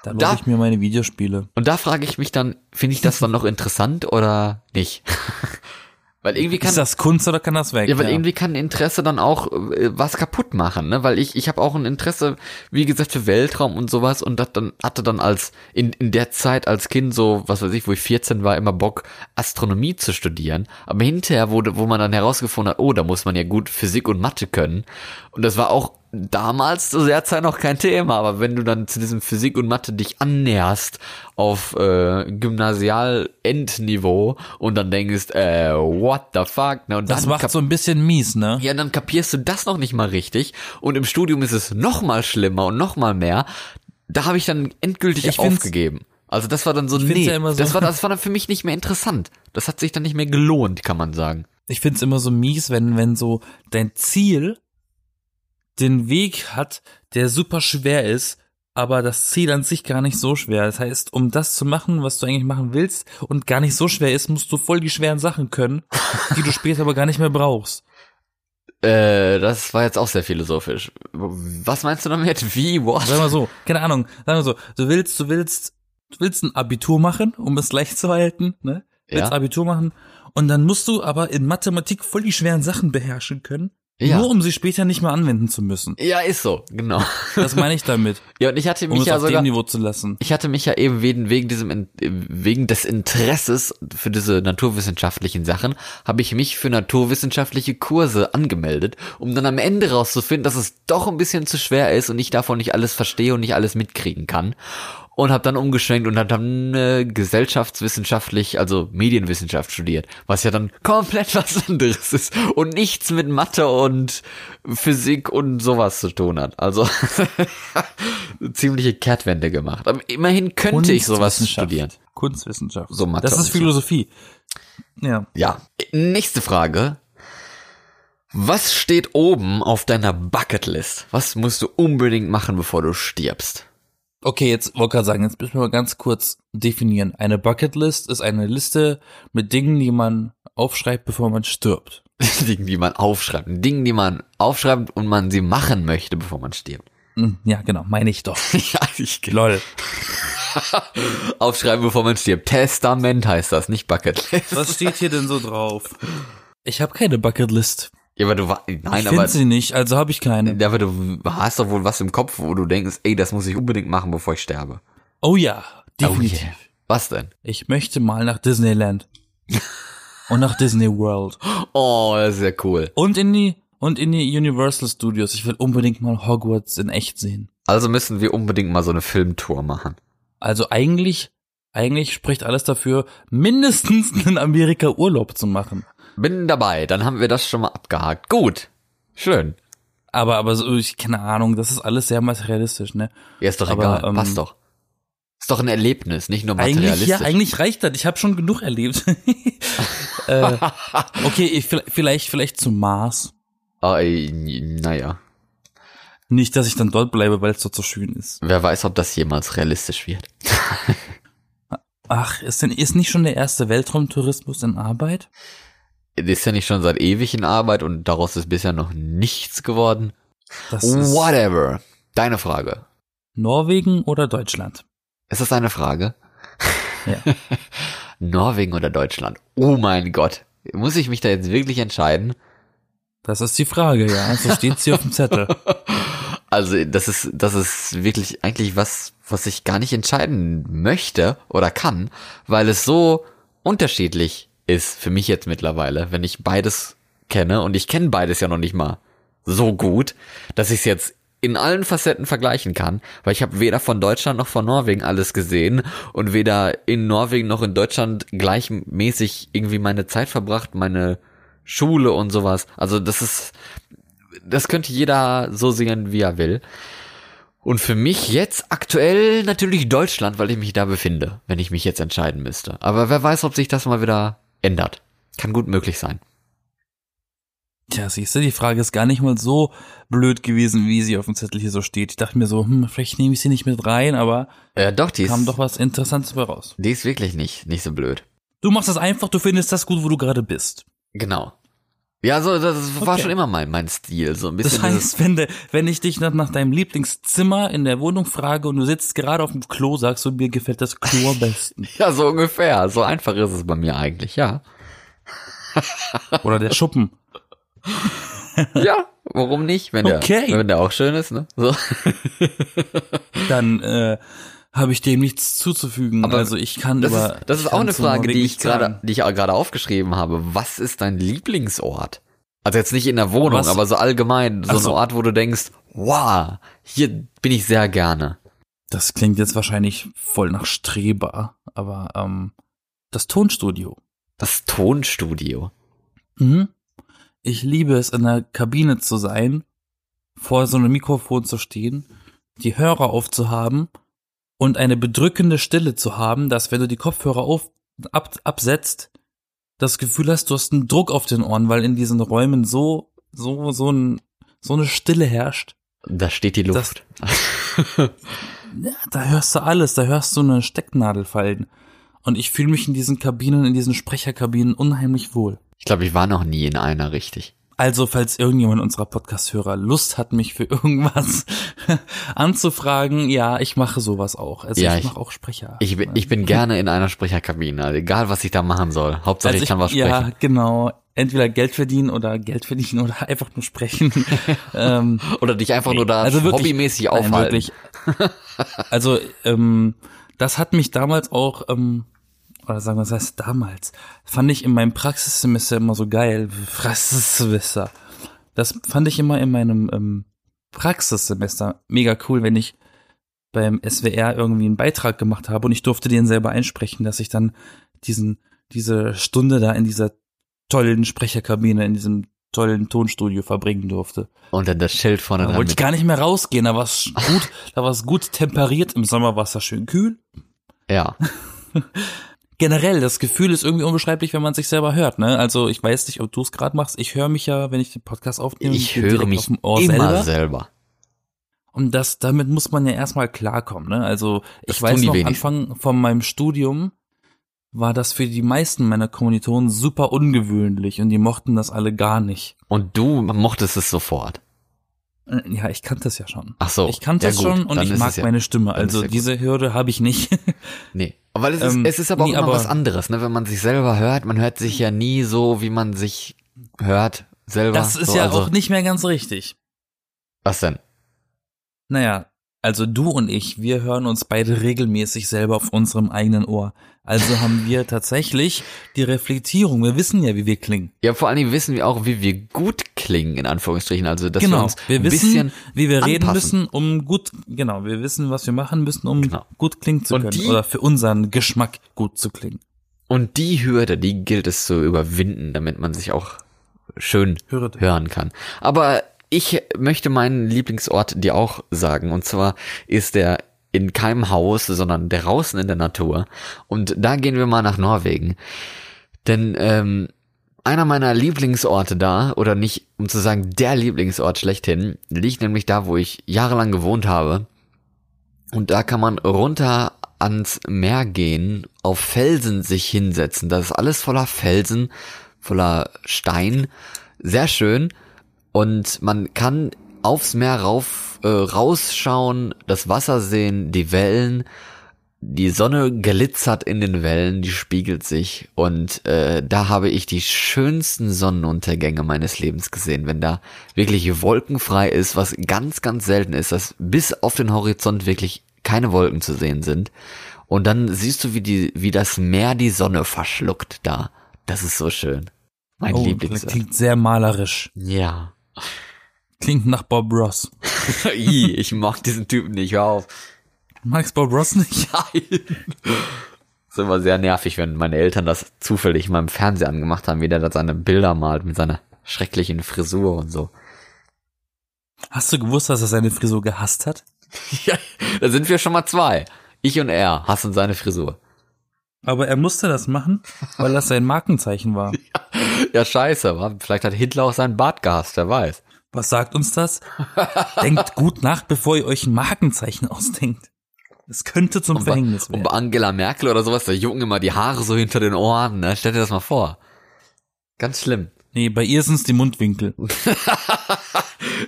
A: Da
B: Da-
A: lohne ich mir meine Videospiele.
B: Und da frage ich mich dann, finde ich das dann noch interessant oder nicht? weil irgendwie kann
A: Ist das Kunst oder kann das weg?
B: ja, weil irgendwie kann Interesse dann auch äh, was kaputt machen, ne? Weil ich ich habe auch ein Interesse, wie gesagt, für Weltraum und sowas und das dann hatte dann als in in der Zeit als Kind so, was weiß ich, wo ich 14 war, immer Bock Astronomie zu studieren, aber hinterher wurde wo man dann herausgefunden hat, oh, da muss man ja gut Physik und Mathe können und das war auch damals zu der Zeit noch kein Thema, aber wenn du dann zu diesem Physik und Mathe dich annäherst auf äh, Gymnasial-Endniveau und dann denkst, äh, what the fuck, ne? Und
A: das
B: dann
A: macht so ein bisschen mies, ne?
B: ja, dann kapierst du das noch nicht mal richtig und im Studium ist es noch mal schlimmer und noch mal mehr. Da habe ich dann endgültig
A: Ich find's-
B: aufgegeben. Also das war dann so,
A: find's
B: nee,
A: ja immer so.
B: das, war, das war dann für mich nicht mehr interessant. Das hat sich dann nicht mehr gelohnt, kann man sagen.
A: Ich find's immer so mies, wenn, wenn so dein Ziel den Weg hat, der super schwer ist, aber das Ziel an sich gar nicht so schwer. Das heißt, um das zu machen, was du eigentlich machen willst und gar nicht so schwer ist, musst du voll die schweren Sachen können, die du später aber gar nicht mehr brauchst.
B: Äh, das war jetzt auch sehr philosophisch. Was meinst du damit? Wie, what?
A: Sag mal so, keine Ahnung, sag mal so, du willst, du willst, du willst ein Abitur machen, um es leicht zu halten, ne? Du Willst
B: Ja.
A: Abitur machen und dann musst du aber in Mathematik voll die schweren Sachen beherrschen können,
B: Ja.
A: nur um sie später nicht mehr anwenden zu müssen.
B: Ja, ist so, genau.
A: Das meine ich damit.
B: Ja, und ich hatte
A: um
B: mich
A: es
B: ja
A: auf dem
B: sogar...
A: Niveau zu lassen.
B: Ich hatte mich ja eben wegen, wegen diesem In- wegen des Interesses für diese naturwissenschaftlichen Sachen habe ich mich für naturwissenschaftliche Kurse angemeldet, um dann am Ende rauszufinden, dass es doch ein bisschen zu schwer ist und ich davon nicht alles verstehe und nicht alles mitkriegen kann. und habe dann umgeschwenkt und habe dann äh, gesellschaftswissenschaftlich, also Medienwissenschaft studiert, was ja dann komplett was anderes ist und nichts mit Mathe und Physik und sowas zu tun hat. Also ziemliche Kehrtwende gemacht. Aber immerhin könnte ich sowas
A: Kunstwissenschaft.
B: studieren.
A: Kunstwissenschaft.
B: So Mathe
A: das
B: und
A: ist
B: so.
A: Philosophie. Ja.
B: Ja. Nächste Frage. Was steht oben auf deiner Bucketlist? Was musst du unbedingt machen, bevor du stirbst?
A: Okay, jetzt wollte gerade sagen, jetzt müssen wir mal ganz kurz definieren. Eine Bucketlist ist eine Liste mit Dingen, die man aufschreibt, bevor man stirbt.
B: Dinge, die man aufschreibt. Dinge, die man aufschreibt und man sie machen möchte, bevor man stirbt.
A: Hm, Ja, genau, meine ich doch.
B: ja, ich
A: Lol.
B: Aufschreiben, bevor man stirbt. Testament heißt das, nicht Bucketlist.
A: Was steht hier denn so drauf? Ich habe keine Bucketlist.
B: Ja, aber du wa-
A: Ich
B: nein,
A: finde
B: aber,
A: sie nicht, also habe ich keine.
B: ja, aber du hast doch wohl was im Kopf, wo du denkst, ey, das muss ich unbedingt machen, bevor ich sterbe.
A: Oh ja, definitiv.
B: yeah. Was denn?
A: Ich möchte mal nach Disneyland. und nach Disney World.
B: Oh, das ist ja cool.
A: Und in die und in die Universal Studios. Ich will unbedingt mal Hogwarts in echt sehen.
B: Also müssen wir unbedingt mal so eine Filmtour machen.
A: Also eigentlich eigentlich spricht alles dafür, mindestens in Amerika Urlaub zu machen.
B: Bin dabei, dann haben wir das schon mal abgehakt. Gut. Schön.
A: Aber aber so ich keine Ahnung, das ist alles sehr materialistisch, ne?
B: Ja, ist doch
A: Aber,
B: egal.
A: ähm,
B: Passt doch. Ist doch ein Erlebnis, nicht nur
A: Eigentlich,
B: materialistisch.
A: ja, eigentlich reicht das. Ich habe schon genug erlebt. äh, okay, ich, vielleicht, vielleicht zum Mars.
B: Ah, ey, n- naja.
A: Nicht, dass ich dann dort bleibe, weil es dort so schön ist.
B: Wer weiß, ob das jemals realistisch wird.
A: Ach, ist denn ist nicht schon der erste Weltraumtourismus in Arbeit?
B: Ist ja nicht schon seit ewig in Arbeit und daraus ist bisher noch nichts geworden.
A: Das ist
B: Whatever. Deine Frage.
A: Norwegen oder Deutschland?
B: Ist das eine Frage?
A: Ja.
B: Norwegen oder Deutschland? Oh mein Gott. Muss ich mich da jetzt wirklich entscheiden?
A: Das ist die Frage, ja. So steht's hier auf dem Zettel.
B: Also, das ist, das ist wirklich eigentlich was, was ich gar nicht entscheiden möchte oder kann, weil es so unterschiedlich ist für mich jetzt mittlerweile, wenn ich beides kenne und ich kenne beides ja noch nicht mal so gut, dass ich es jetzt in allen Facetten vergleichen kann, weil ich habe weder von Deutschland noch von Norwegen alles gesehen und weder in Norwegen noch in Deutschland gleichmäßig irgendwie meine Zeit verbracht, meine Schule und sowas. Also das ist, das könnte jeder so sehen, wie er will. Und für mich jetzt aktuell natürlich Deutschland, weil ich mich da befinde, wenn ich mich jetzt entscheiden müsste. Aber wer weiß, ob sich das mal wieder ändert. Kann gut möglich sein.
A: Tja, siehst du, die Frage ist gar nicht mal so blöd gewesen, wie sie auf dem Zettel hier so steht. Ich dachte mir so, hm, vielleicht nehme ich sie nicht mit rein, aber
B: Äh, doch, die ist,
A: kam doch was Interessantes bei raus.
B: die ist wirklich nicht, nicht so blöd.
A: Du machst das einfach, du findest das gut, wo du gerade bist.
B: Genau. Ja, so, das war
A: Okay.
B: schon immer mein, mein Stil, so ein bisschen.
A: Das heißt, wenn, de, wenn ich dich nach, nach deinem Lieblingszimmer in der Wohnung frage und du sitzt gerade auf dem Klo, sagst du, mir gefällt das Klo am besten.
B: dieses, ja, so ungefähr. So einfach ist es bei mir eigentlich, ja.
A: Oder der Schuppen.
B: Ja, warum nicht, wenn der,
A: Okay.
B: wenn der auch schön ist, ne? So.
A: Dann äh, habe ich dem nichts zuzufügen. also ich kann
B: Das
A: über.
B: ist, das
A: ich
B: ist auch
A: kann
B: eine
A: zu
B: Frage,
A: Norwegen
B: die ich
A: nichts
B: gerade,
A: sagen.
B: die ich auch gerade aufgeschrieben habe. Was ist dein Lieblingsort? Also jetzt nicht in der Wohnung,
A: Was?
B: aber so allgemein, so
A: Ach
B: ein
A: so.
B: Ort, wo du denkst, wow, hier bin ich sehr gerne.
A: Das klingt jetzt wahrscheinlich voll nach Streber, aber ähm, das Tonstudio.
B: Das Tonstudio.
A: Mhm. Ich liebe es, in der Kabine zu sein, vor so einem Mikrofon zu stehen, die Hörer aufzuhaben und eine bedrückende Stille zu haben, dass wenn du die Kopfhörer auf, ab, absetzt, das Gefühl hast, du hast einen Druck auf den Ohren, weil in diesen Räumen so, so, so, ein, so eine Stille herrscht.
B: Da steht die Luft.
A: Ja, da hörst du alles, da hörst du eine Stecknadel fallen. Und ich fühle mich in diesen Kabinen, in diesen Sprecherkabinen unheimlich wohl.
B: ich glaube, ich war noch nie in einer richtig.
A: Also, falls irgendjemand unserer Podcast-Hörer Lust hat, mich für irgendwas anzufragen, ja, ich mache sowas auch. Also
B: Ja,
A: ich
B: ich-
A: mache auch Sprecher.
B: Ich bin, ich bin gerne in einer Sprecherkabine, also egal was ich da machen soll. Hauptsache ich, kann was sprechen.
A: Also Ja, genau. Entweder Geld verdienen oder Geld verdienen oder einfach nur sprechen. ähm,
B: Oder dich einfach nur da
A: also wirklich,
B: hobbymäßig
A: nein,
B: aufhalten.
A: wirklich. Also, ähm, das hat mich damals auch, ähm, oder sagen wir, was heißt damals, fand ich in meinem Praxissemester immer so geil. Praxissemester. Das fand ich immer in meinem ähm, Praxissemester mega cool, wenn ich beim SWR irgendwie einen Beitrag gemacht habe und ich durfte den selber einsprechen, dass ich dann diesen, diese Stunde da in dieser tollen Sprecherkabine, in diesem tollen Tonstudio verbringen durfte.
B: Und dann das Schild vorne
A: Da
B: dran.
A: wollte ich
B: Mit.
A: gar nicht mehr rausgehen, da war es gut, da war es gut temperiert, im Sommer war es da schön kühl.
B: Ja,
A: Generell, das Gefühl ist irgendwie unbeschreiblich, wenn man sich selber hört, ne? Also ich weiß nicht, ob du es gerade machst. Ich höre mich ja, wenn ich den Podcast aufnehme,
B: ich
A: direkt
B: höre
A: auf
B: mich
A: dem Ohr
B: immer
A: Oh, selber.
B: selber.
A: Und das, damit muss man ja erstmal klarkommen, ne? Also,
B: Das
A: ich
B: tun
A: weiß
B: die
A: noch,
B: wenigsten.
A: Anfang von meinem Studium war das für die meisten meiner Kommilitonen super ungewöhnlich und die mochten das alle gar nicht.
B: Und du mochtest es sofort.
A: Äh, Ja, ich kannte das ja schon.
B: Ach so.
A: ich kannte
B: Oh, ja
A: das
B: gut,
A: schon und
B: dann
A: ich
B: ist
A: mag
B: es ja,
A: meine Stimme.
B: dann ist
A: Also
B: ja gut.
A: diese Hürde habe ich nicht.
B: Nee. Aber es ist,
A: Ähm,
B: es ist aber auch
A: nee,
B: immer
A: aber-
B: was anderes, ne? Wenn man sich selber hört, man hört sich ja nie so, wie man sich hört selber.
A: Das ist
B: so,
A: ja
B: also,
A: auch nicht mehr ganz richtig.
B: Was denn?
A: Naja, also du und ich, wir hören uns beide regelmäßig selber auf unserem eigenen Ohr. Also haben wir tatsächlich die Reflektierung. Wir wissen ja, wie wir klingen.
B: Ja, vor allen Dingen wissen wir auch, wie wir gut klingen, in Anführungsstrichen. Also, dass wir
A: genau.
B: uns
A: Wir
B: ein
A: wissen,
B: bisschen
A: wie wir reden
B: anpassen.
A: müssen, um gut, genau, wir wissen, was wir machen müssen, um
B: Genau.
A: gut klingen zu
B: Und
A: können.
B: die-
A: Oder für unseren Geschmack gut zu klingen.
B: Und die Hürde, die gilt es zu überwinden, damit man sich auch schön
A: Hürde.
B: hören kann. Aber ich möchte meinen Lieblingsort dir auch sagen. Und zwar ist der in keinem Haus, sondern draußen in der Natur. Und da gehen wir mal nach Norwegen. Denn ähm, einer meiner Lieblingsorte da, oder nicht, um zu sagen, der Lieblingsort schlechthin, liegt nämlich da, wo ich jahrelang gewohnt habe. Und da kann man runter ans Meer gehen, auf Felsen sich hinsetzen. Das ist alles voller Felsen, voller Stein. Sehr schön. Und man kann aufs Meer rauf, äh, rausschauen, das Wasser sehen, die Wellen. Die Sonne glitzert in den Wellen, die spiegelt sich. Und äh, da habe ich die schönsten Sonnenuntergänge meines Lebens gesehen, wenn da wirklich wolkenfrei ist, was ganz, ganz selten ist, dass bis auf den Horizont wirklich keine Wolken zu sehen sind. Und dann siehst du, wie, die, wie das Meer die Sonne verschluckt da. Das ist so schön. Mein
A: Oh,
B: Lieblingsort.
A: klingt sehr malerisch.
B: Ja.
A: Klingt nach Bob Ross.
B: Ih, ich mag diesen Typen nicht, hör auf.
A: Magst Bob Ross nicht?
B: Nein. Ist immer sehr nervig, wenn meine Eltern das zufällig mal im Fernseher angemacht haben, wie der da seine Bilder malt mit seiner schrecklichen Frisur und so.
A: Hast du gewusst, dass er seine Frisur gehasst hat?
B: Ja, da sind wir schon mal zwei. Ich und er hassen seine Frisur.
A: Aber er musste das machen, weil das sein Markenzeichen war.
B: Ja, scheiße, wa? vielleicht hat Hitler auch seinen Bart gehasst, wer weiß.
A: Was sagt uns das? Denkt gut nach, bevor ihr euch ein Markenzeichen ausdenkt. Es könnte zum
B: Und bei,
A: Verhängnis
B: und bei
A: werden.
B: Angela Merkel oder sowas, da jucken immer die Haare so hinter den Ohren, ne? Stell dir das mal vor. Ganz schlimm.
A: Nee, bei ihr sind es die Mundwinkel.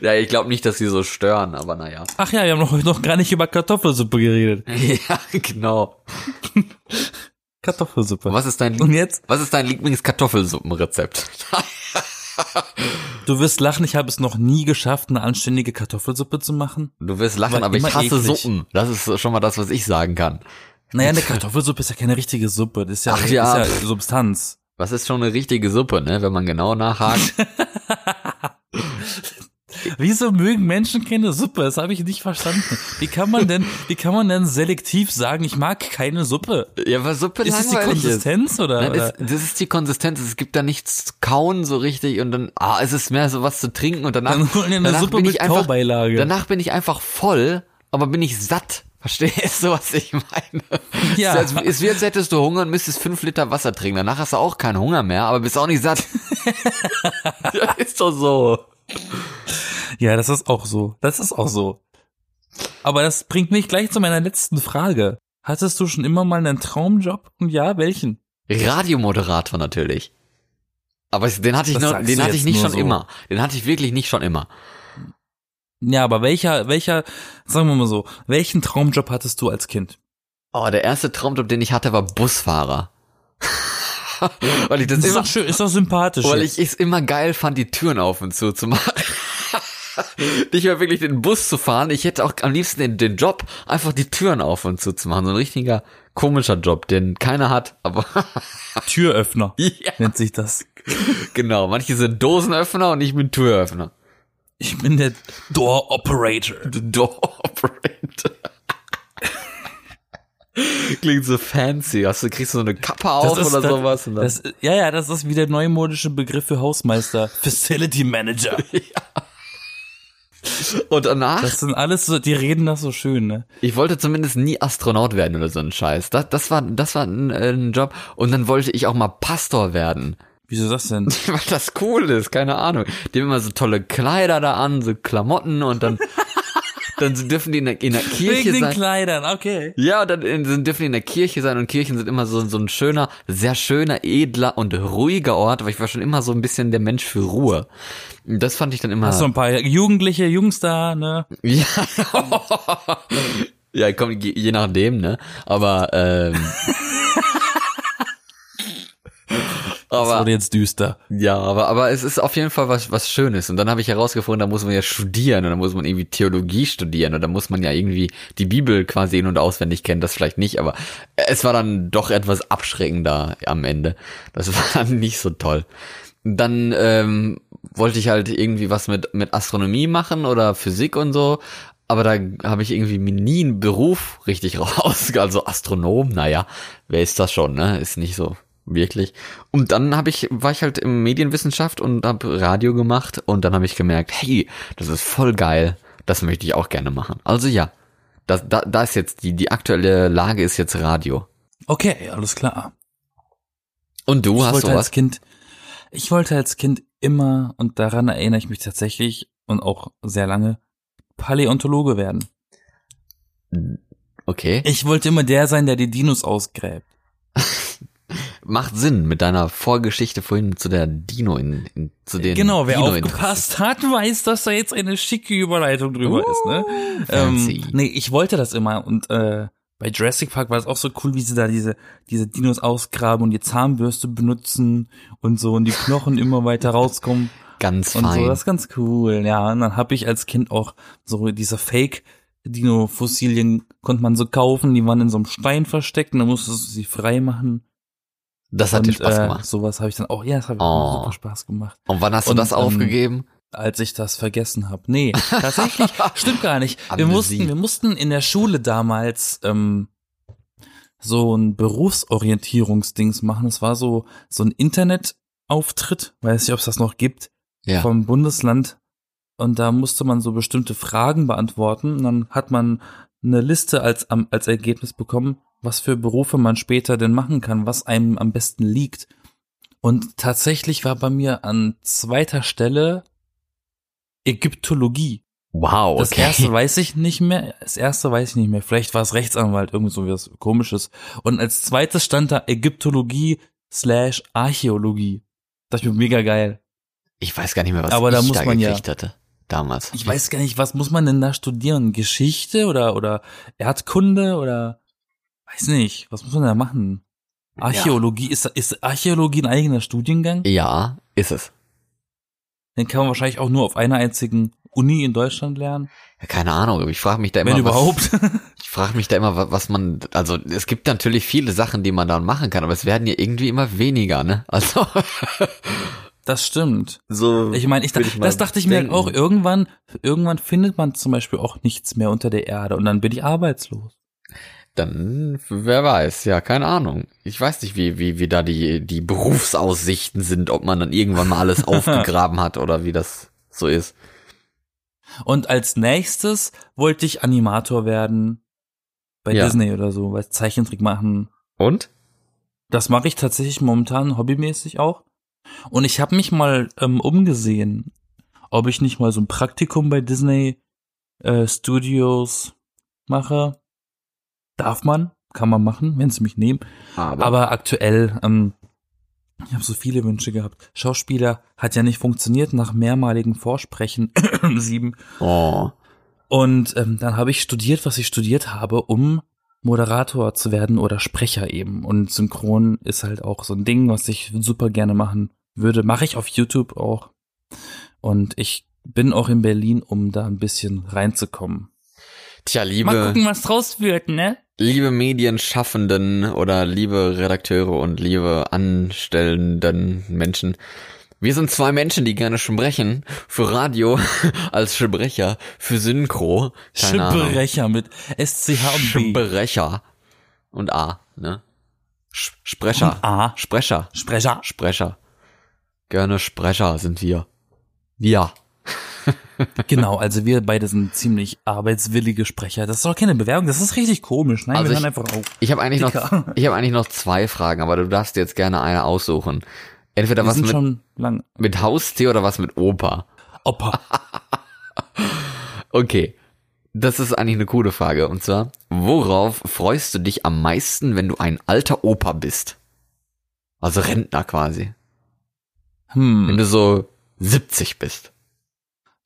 B: Ja, ich glaube nicht, dass sie so stören, aber naja.
A: Ach ja, wir haben noch, noch gar nicht über Kartoffelsuppe geredet.
B: Ja, genau.
A: Kartoffelsuppe.
B: Was ist dein
A: Und jetzt?
B: Was ist dein Lieblingskartoffelsuppenrezept?
A: Du wirst lachen, ich habe es noch nie geschafft, eine anständige Kartoffelsuppe zu machen.
B: Du wirst lachen,
A: War
B: aber ich
A: immer
B: hasse
A: eklig.
B: Suppen. Das ist schon mal das, was ich sagen kann.
A: Naja, eine Kartoffelsuppe ist ja keine richtige Suppe. Das ist ja,
B: Ach ja.
A: Ist ja Substanz.
B: Was ist schon eine richtige Suppe, ne? Wenn man genau nachhakt.
A: Wieso mögen Menschen keine Suppe? Das habe ich nicht verstanden. Wie kann man denn, wie kann man denn selektiv sagen, ich mag keine Suppe?
B: ja, weil Suppe
A: Ist es die
B: langweilig ist.
A: Konsistenz oder?
B: Nein,
A: oder?
B: ist, das ist die Konsistenz. Es gibt da nichts zu kauen so richtig und dann, ah, es ist mehr so was zu trinken und danach,
A: Dann holen wir eine
B: danach
A: Suppe
B: bin
A: mit
B: ich einfach,
A: Kaubeilage.
B: Danach bin ich einfach voll, aber bin ich satt. Verstehst du, was ich meine?
A: Ja.
B: Es ist, als- es wird, als hättest du Hunger und müsstest fünf Liter Wasser trinken. Danach hast du auch keinen Hunger mehr, aber bist auch nicht satt. ja, ist doch so.
A: Ja, das ist auch so. Das ist auch so. Aber das bringt mich gleich zu meiner letzten Frage. Hattest du schon immer mal einen Traumjob? Und ja, welchen?
B: Radiomoderator natürlich. Aber es- den hatte ich,
A: Das
B: noch,
A: sagst
B: den
A: du
B: hatte ich
A: jetzt
B: nicht
A: nur
B: schon
A: so.
B: immer. Den hatte ich wirklich nicht schon immer.
A: Ja, aber welcher, welcher, sagen wir mal so, welchen Traumjob hattest du als Kind?
B: Oh, der erste Traumjob, den ich hatte, war Busfahrer. weil ich das
A: Ist
B: immer,
A: doch schön, ist doch sympathisch.
B: weil
A: jetzt.
B: ich es immer geil fand, die Türen auf und zu zu machen. nicht mehr wirklich den Bus zu fahren. Ich hätte auch am liebsten den, den Job, einfach die Türen auf und zu zu machen. So ein richtiger komischer Job, den keiner hat, aber
A: Türöffner
B: ja,
A: nennt sich das.
B: genau. Manche sind Dosenöffner und ich bin Türöffner.
A: Ich bin der Door Operator.
B: The Door Operator. Klingt so fancy. Hast du, kriegst du so eine Kappe auf
A: ist-
B: oder sowas? Und dann,
A: das, ja, ja, das ist wie der neumodische Begriff für Hausmeister. Facility Manager.
B: und danach,
A: Das sind alles so, die reden das so schön, ne?
B: ich wollte zumindest nie Astronaut werden oder so ein Scheiß. Das, das war, das war ein, äh, ein Job. Und dann wollte ich auch mal Pastor werden.
A: Wieso das denn?
B: Weil das cool ist, keine Ahnung. Die haben immer so tolle Kleider da an, so Klamotten und dann, dann dürfen die in der, in der Kirche
A: Wegen den
B: sein.
A: Kleidern, okay.
B: Ja, und dann in, sind, dürfen die in der Kirche sein und Kirchen sind immer so, so ein schöner, sehr schöner, edler und ruhiger Ort, weil ich war schon immer so ein bisschen der Mensch für Ruhe. Und Das fand ich dann immer.
A: Hast du ein paar Jugendliche Jungs da, ne?
B: Ja. ja, komm, je, je nachdem, ne? Aber, ähm,
A: Das
B: aber
A: wurde jetzt düster.
B: ja, aber, aber es ist auf jeden Fall was, was Schönes. Und dann habe ich herausgefunden, da muss man ja studieren und da muss man irgendwie Theologie studieren und da muss man ja irgendwie die Bibel quasi in- und auswendig kennen, das vielleicht nicht, aber es war dann doch etwas abschreckender am Ende. Das war dann nicht so toll. Dann ähm, wollte ich halt irgendwie was mit, mit Astronomie machen oder Physik und so, aber da habe ich irgendwie mir nie einen Beruf richtig raus. Also Astronom, naja, wer ist das schon, ne? Ist nicht so wirklich. Und dann habe ich, war ich halt im Medienwissenschaft und habe Radio gemacht und dann habe ich gemerkt, hey, das ist voll geil. Das möchte ich auch gerne machen. Also ja, da, da, da ist jetzt die, die aktuelle Lage ist jetzt Radio.
A: Okay, alles klar.
B: Und du
A: ich
B: hast
A: wollte halt als
B: sowas.
A: Kind, ich wollte als Kind immer, und daran erinnere ich mich tatsächlich und auch sehr lange, Paläontologe werden.
B: Okay.
A: Ich wollte immer der sein, der die Dinos ausgräbt.
B: Macht Sinn mit deiner Vorgeschichte vorhin zu der Dino in, in zu den
A: Genau, wer
B: Dino
A: aufgepasst hat, weiß, dass da jetzt eine schicke Überleitung drüber ist, ne? Ähm,
B: Uh, fancy.
A: nee, ich wollte das immer und äh, bei Jurassic Park war es auch so cool, wie sie da diese, diese Dinos ausgraben und die Zahnbürste benutzen und so und die Knochen immer weiter rauskommen.
B: ganz
A: und so,
B: fein.
A: das ist ganz cool, ja. Und dann habe ich als Kind auch so diese Fake-Dino-Fossilien konnte man so kaufen, die waren in so einem Stein versteckt und dann musstest du sie frei machen.
B: Das hat
A: und,
B: dir Spaß
A: äh,
B: gemacht.
A: Sowas habe ich dann auch, ja, das hat
B: Oh.
A: mir super Spaß gemacht,
B: Und wann hast du
A: und,
B: das
A: ähm,
B: aufgegeben?
A: als ich das vergessen habe. Nee, tatsächlich, stimmt gar nicht. Wir
B: Amnesie.
A: mussten, wir mussten in der Schule damals ähm, so ein Berufsorientierungsdings machen. Es war so, so ein Internetauftritt, weiß nicht, ob es das noch gibt
B: Ja.
A: vom Bundesland und da musste man so bestimmte Fragen beantworten und dann hat man eine Liste als, am- als Ergebnis bekommen, was für Berufe man später denn machen kann, was einem am besten liegt. Und tatsächlich war bei mir an zweiter Stelle Ägyptologie.
B: wow, okay.
A: Das erste weiß ich nicht mehr. Das erste weiß ich nicht mehr. Vielleicht war es Rechtsanwalt, irgend so was komisches. Und als zweites stand da Ägyptologie slash Archäologie. Dachte ich mir mega geil.
B: Ich weiß gar nicht mehr, was
A: Aber
B: ich
A: da
B: da,
A: muss man ja-
B: gekriegt hatte. Damals.
A: Ich weiß gar nicht, was muss man denn da studieren? Geschichte oder, oder Erdkunde oder weiß nicht, was muss man da machen? Archäologie, ist, ist Archäologie ein eigener Studiengang?
B: Ja, ist es.
A: Den kann man wahrscheinlich auch nur auf einer einzigen Uni in Deutschland lernen.
B: Ja, keine Ahnung, aber ich frage mich da immer.
A: wenn
B: Was,
A: überhaupt.
B: ich frage mich da immer, wa- was man. Also es gibt natürlich viele Sachen, die man dann machen kann, aber es werden ja irgendwie immer weniger, ne? Also
A: Das stimmt.
B: so.
A: Ich meine, ich, da-
B: Würde ich mal
A: das dachte ich mir halt
B: denken.
A: auch, irgendwann, irgendwann findet man zum Beispiel auch nichts mehr unter der Erde und dann bin ich arbeitslos.
B: Dann wer weiß, ja, keine Ahnung. Ich weiß nicht, wie wie wie da die die Berufsaussichten sind, ob man dann irgendwann mal alles aufgegraben hat oder wie das so ist.
A: Und als nächstes wollte ich Animator werden. Bei
B: Ja.
A: Disney oder so, weil Zeichentrick machen.
B: Und?
A: Das mache ich tatsächlich momentan hobbymäßig auch. Und ich habe mich mal ähm, umgesehen, ob ich nicht mal so ein Praktikum bei Disney äh, Studios mache. Darf man, kann man machen, wenn sie mich nehmen. Aber aktuell, ähm, ich habe so viele Wünsche gehabt. Schauspieler hat ja nicht funktioniert nach mehrmaligen Vorsprechen sieben.
B: oh,
A: Und ähm, dann habe ich studiert, was ich studiert habe, um Moderator zu werden oder Sprecher eben. Und Synchron ist halt auch so ein Ding, was ich super gerne machen würde. Mache ich auf YouTube auch. Und ich bin auch in Berlin, um da ein bisschen reinzukommen.
B: tja, liebe
A: was draus wird, ne?
B: liebe Medienschaffenden oder liebe Redakteure und liebe anstellenden Menschen. Wir sind zwei Menschen, die gerne sprechen. Für Radio als Sprecher, für Synchro. Keine Ahnung.
A: Schibbrecher mit SCH und B.
B: Sprecher. und A, ne? Sch- Sprecher.
A: Und A.
B: Sprecher.
A: Sprecher.
B: Sprecher. Gerne Sprecher sind wir. Ja.
A: Genau, also wir beide sind ziemlich arbeitswillige Sprecher. Das ist doch keine Bewerbung, das ist richtig komisch. Nein,
B: Also
A: wir hören
B: ich-
A: einfach auf.
B: Ich habe eigentlich noch,
A: Dicker.
B: ich habe eigentlich noch zwei Fragen, aber du darfst dir jetzt gerne eine aussuchen. Entweder
A: Wir
B: was
A: sind
B: mit,
A: schon lang.
B: mit Haustier oder was mit Opa.
A: Opa.
B: Okay. Das ist eigentlich eine coole Frage. Und zwar, worauf freust du dich am meisten, wenn du ein alter Opa bist? Also Rentner quasi. Wenn
A: Hm,
B: du so 70 bist.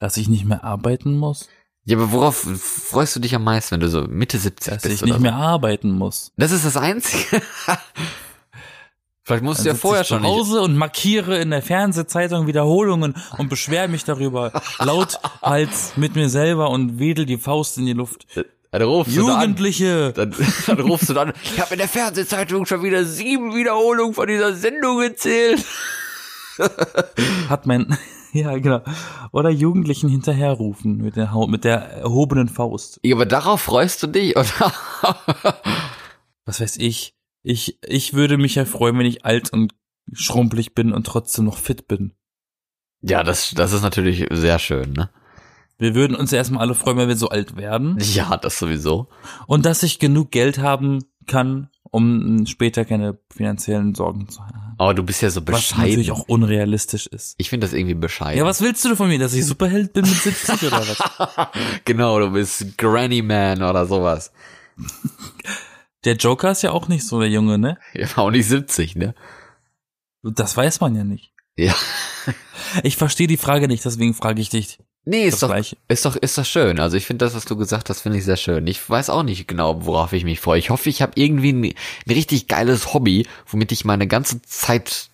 A: dass ich nicht mehr arbeiten muss,
B: Ja, aber worauf freust du dich am meisten, wenn du so Mitte 70
A: dass
B: bist?
A: ich nicht
B: oder
A: mehr arbeiten muss.
B: So? Das ist das Einzige. Vielleicht musst du ja
A: sitze
B: vorher
A: ich zu
B: schon nicht.
A: Hause und markiere in der Fernsehzeitung Wiederholungen und beschwere mich darüber laut als mit mir selber und wedel die Faust in die Luft.
B: Dann rufst du da an.
A: Jugendliche,
B: Dann, dann rufst du dann, ich habe in der Fernsehzeitung schon wieder sieben Wiederholungen von dieser Sendung gezählt.
A: hat mein ja genau oder Jugendlichen hinterherrufen mit der Hau- mit der erhobenen Faust.
B: Ja, aber darauf freust du dich, oder?
A: Was weiß ich? Ich ich würde mich ja freuen, wenn ich alt und schrumpelig bin und trotzdem noch fit bin.
B: Ja, das, das ist natürlich sehr schön, ne?
A: Wir würden uns ja erstmal alle freuen, wenn wir so alt werden
B: Ja, das sowieso.
A: und dass ich genug Geld haben kann, um später keine finanziellen Sorgen zu haben.
B: Aber du bist ja so
A: Was natürlich
B: bescheiden.
A: auch unrealistisch ist.
B: Ich finde das irgendwie bescheiden.
A: Ja, was willst du denn von mir, dass ich Superheld bin mit 70 oder was?
B: Genau, du bist Granny Man oder sowas.
A: Der Joker ist ja auch nicht so der Junge, ne?
B: Ja, auch nicht 70, ne?
A: Das weiß man ja nicht.
B: Ja.
A: Ich verstehe die Frage nicht, deswegen frage ich dich
B: Nee,
A: das
B: ist doch,
A: gleiche.
B: ist doch, ist doch schön. Also ich finde das, was du gesagt hast, finde ich sehr schön. Ich weiß auch nicht genau, worauf ich mich freue. Ich hoffe, ich habe irgendwie ein, ein richtig geiles Hobby, womit ich meine ganze Zeit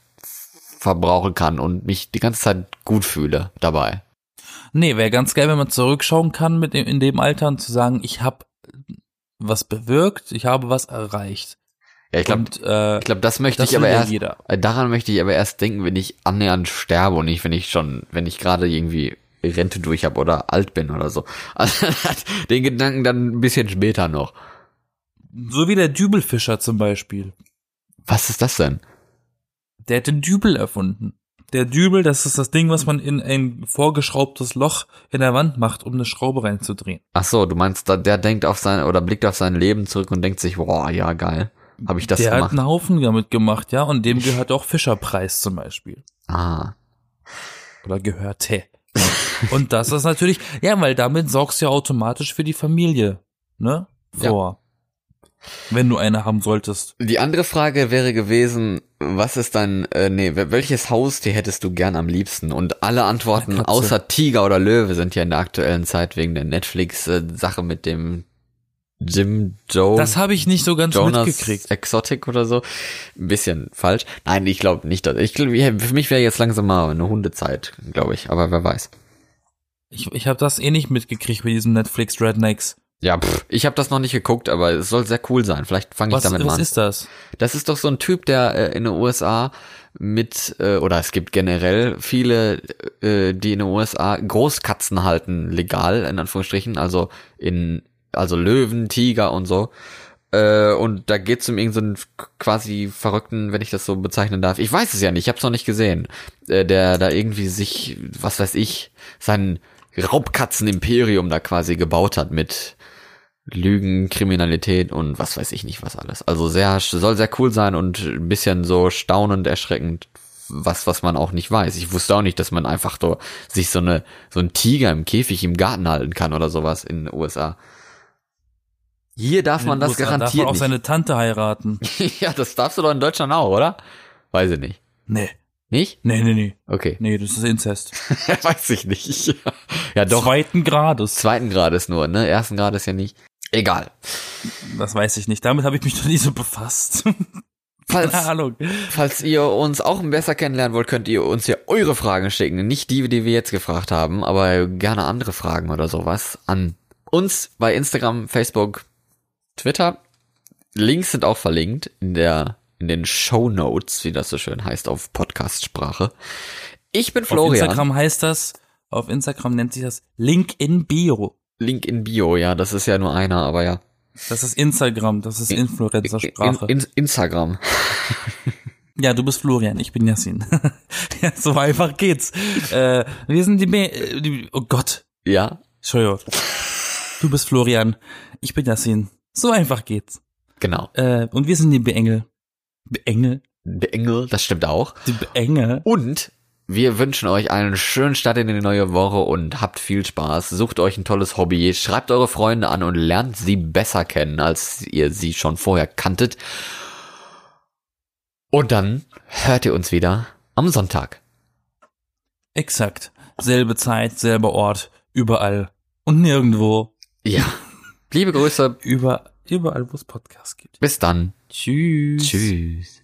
B: verbrauchen kann und mich die ganze Zeit gut fühle dabei.
A: Nee, wäre ganz geil, wenn man zurückschauen kann mit dem, in dem Alter und zu sagen, ich habe was bewirkt, ich habe was erreicht.
B: Ja, ich glaube,
A: und äh,
B: ich glaube, das möchte
A: das
B: ich aber
A: will ja
B: erst.
A: jeder.
B: Äh, Daran möchte ich aber erst denken, wenn ich annähernd sterbe und nicht, wenn ich schon, wenn ich gerade irgendwie Rente durch habe oder alt bin oder so. Also den Gedanken dann ein bisschen später noch.
A: So wie der Dübelfischer zum Beispiel.
B: Was ist das denn?
A: Der hat den Dübel erfunden. Der Dübel, das ist das Ding, was man in ein vorgeschraubtes Loch in der Wand macht, um eine Schraube reinzudrehen.
B: Ach so, du meinst, da- der denkt auf sein oder blickt auf sein Leben zurück und denkt sich, boah, ja geil, habe ich das
A: der hat
B: gemacht?
A: einen Haufen damit gemacht, ja, und dem gehört auch Fischerpreis zum Beispiel.
B: Ah,
A: Oder gehörte. und das ist natürlich, ja, weil damit sorgst du ja automatisch für die Familie, ne?
B: Ja.
A: Vor. Wenn du eine haben solltest.
B: die andere Frage wäre gewesen, was ist dein, äh, nee, wel- welches Haustier hättest du gern am liebsten? Und alle Antworten
A: Katze.
B: außer Tiger oder Löwe sind ja in der aktuellen Zeit wegen der Netflix-Sache mit dem Jim Joe.
A: Das habe ich nicht so ganz
B: Jonas
A: mitgekriegt.
B: Exotic oder so. Ein bisschen falsch. Nein, ich glaube nicht. dass- Ich, glaub, ich- für mich wäre jetzt langsam mal eine Hundezeit, glaube ich. Aber wer weiß.
A: Ich, ich habe das eh nicht mitgekriegt mit diesem Netflix Rednecks.
B: Ja, pff, ich habe das noch nicht geguckt, aber es soll sehr cool sein. Vielleicht fange ich
A: Was,
B: damit mal
A: was
B: an.
A: ist das?
B: das ist doch so ein Typ, der äh, in den USA mit, äh, oder es gibt generell viele, äh, die in den USA Großkatzen halten, legal, in Anführungsstrichen, also in, also Löwen, Tiger und so. Äh, und da geht's um irgendeinen so quasi verrückten, wenn ich das so bezeichnen darf. Ich weiß es ja nicht, ich hab's noch nicht gesehen. Äh, der da irgendwie sich, was weiß ich, sein Raubkatzenimperium da quasi gebaut hat mit Lügen, Kriminalität und was weiß ich nicht was alles. Also sehr, soll sehr cool sein und ein bisschen so staunend, erschreckend, was, was man auch nicht weiß. Ich wusste auch nicht, dass man einfach so, sich so eine, so einen Tiger im Käfig im Garten halten kann oder sowas in den USA. Hier darf man
A: In den
B: das
A: USA Darf man
B: garantiert
A: auch seine Tante heiraten?
B: nicht. ja, das darfst du doch in Deutschland auch, oder? Weiß ich nicht.
A: Nee,
B: Nicht?
A: nee, nee, nee.
B: Okay.
A: Nee, das ist Inzest.
B: weiß ich nicht. ja, doch.
A: Zweiten Grades.
B: Zweiten Grades nur, ne? Ersten Grades ja nicht. Egal.
A: Das weiß ich nicht. Damit habe ich mich noch nie so befasst.
B: Falls,
A: Keine Ahnung.
B: Falls ihr uns auch besser kennenlernen wollt, könnt ihr uns ja eure Fragen schicken. Nicht die, die wir jetzt gefragt haben, aber gerne andere Fragen oder sowas an uns bei Instagram, Facebook, Twitter. Links sind auch verlinkt in der, in den Show Notes, wie das so schön heißt auf Podcast-Sprache. Ich bin
A: Auf
B: Florian.
A: Instagram heißt das, auf Instagram nennt sich das Link in Bio.
B: Link in Bio, ja, das ist ja nur einer, aber ja.
A: Das ist Instagram, das ist Influencer-Sprache.
B: In, in, Instagram.
A: Ja, du bist Florian, ich bin Yassin. ja, so einfach geht's. Äh, wir sind die, Me äh, die Oh Gott,
B: Ja,
A: Entschuldigung. Du bist Florian, ich bin Yassin. So einfach geht's.
B: genau.
A: Äh, und wir sind die Beengel. Beengel?
B: Der Engel, das stimmt auch.
A: Die Beengel?
B: Und wir wünschen euch einen schönen Start in die neue Woche und habt viel Spaß. Sucht euch ein tolles Hobby, schreibt eure Freunde an und lernt sie besser kennen, als ihr sie schon vorher kanntet. Und dann hört ihr uns wieder am Sonntag.
A: Exakt. Selbe Zeit, selber Ort, überall und nirgendwo.
B: Ja. Liebe Grüße.
A: Über, überall, wo es Podcasts gibt.
B: Bis dann.
A: Tschüss.
B: Tschüss.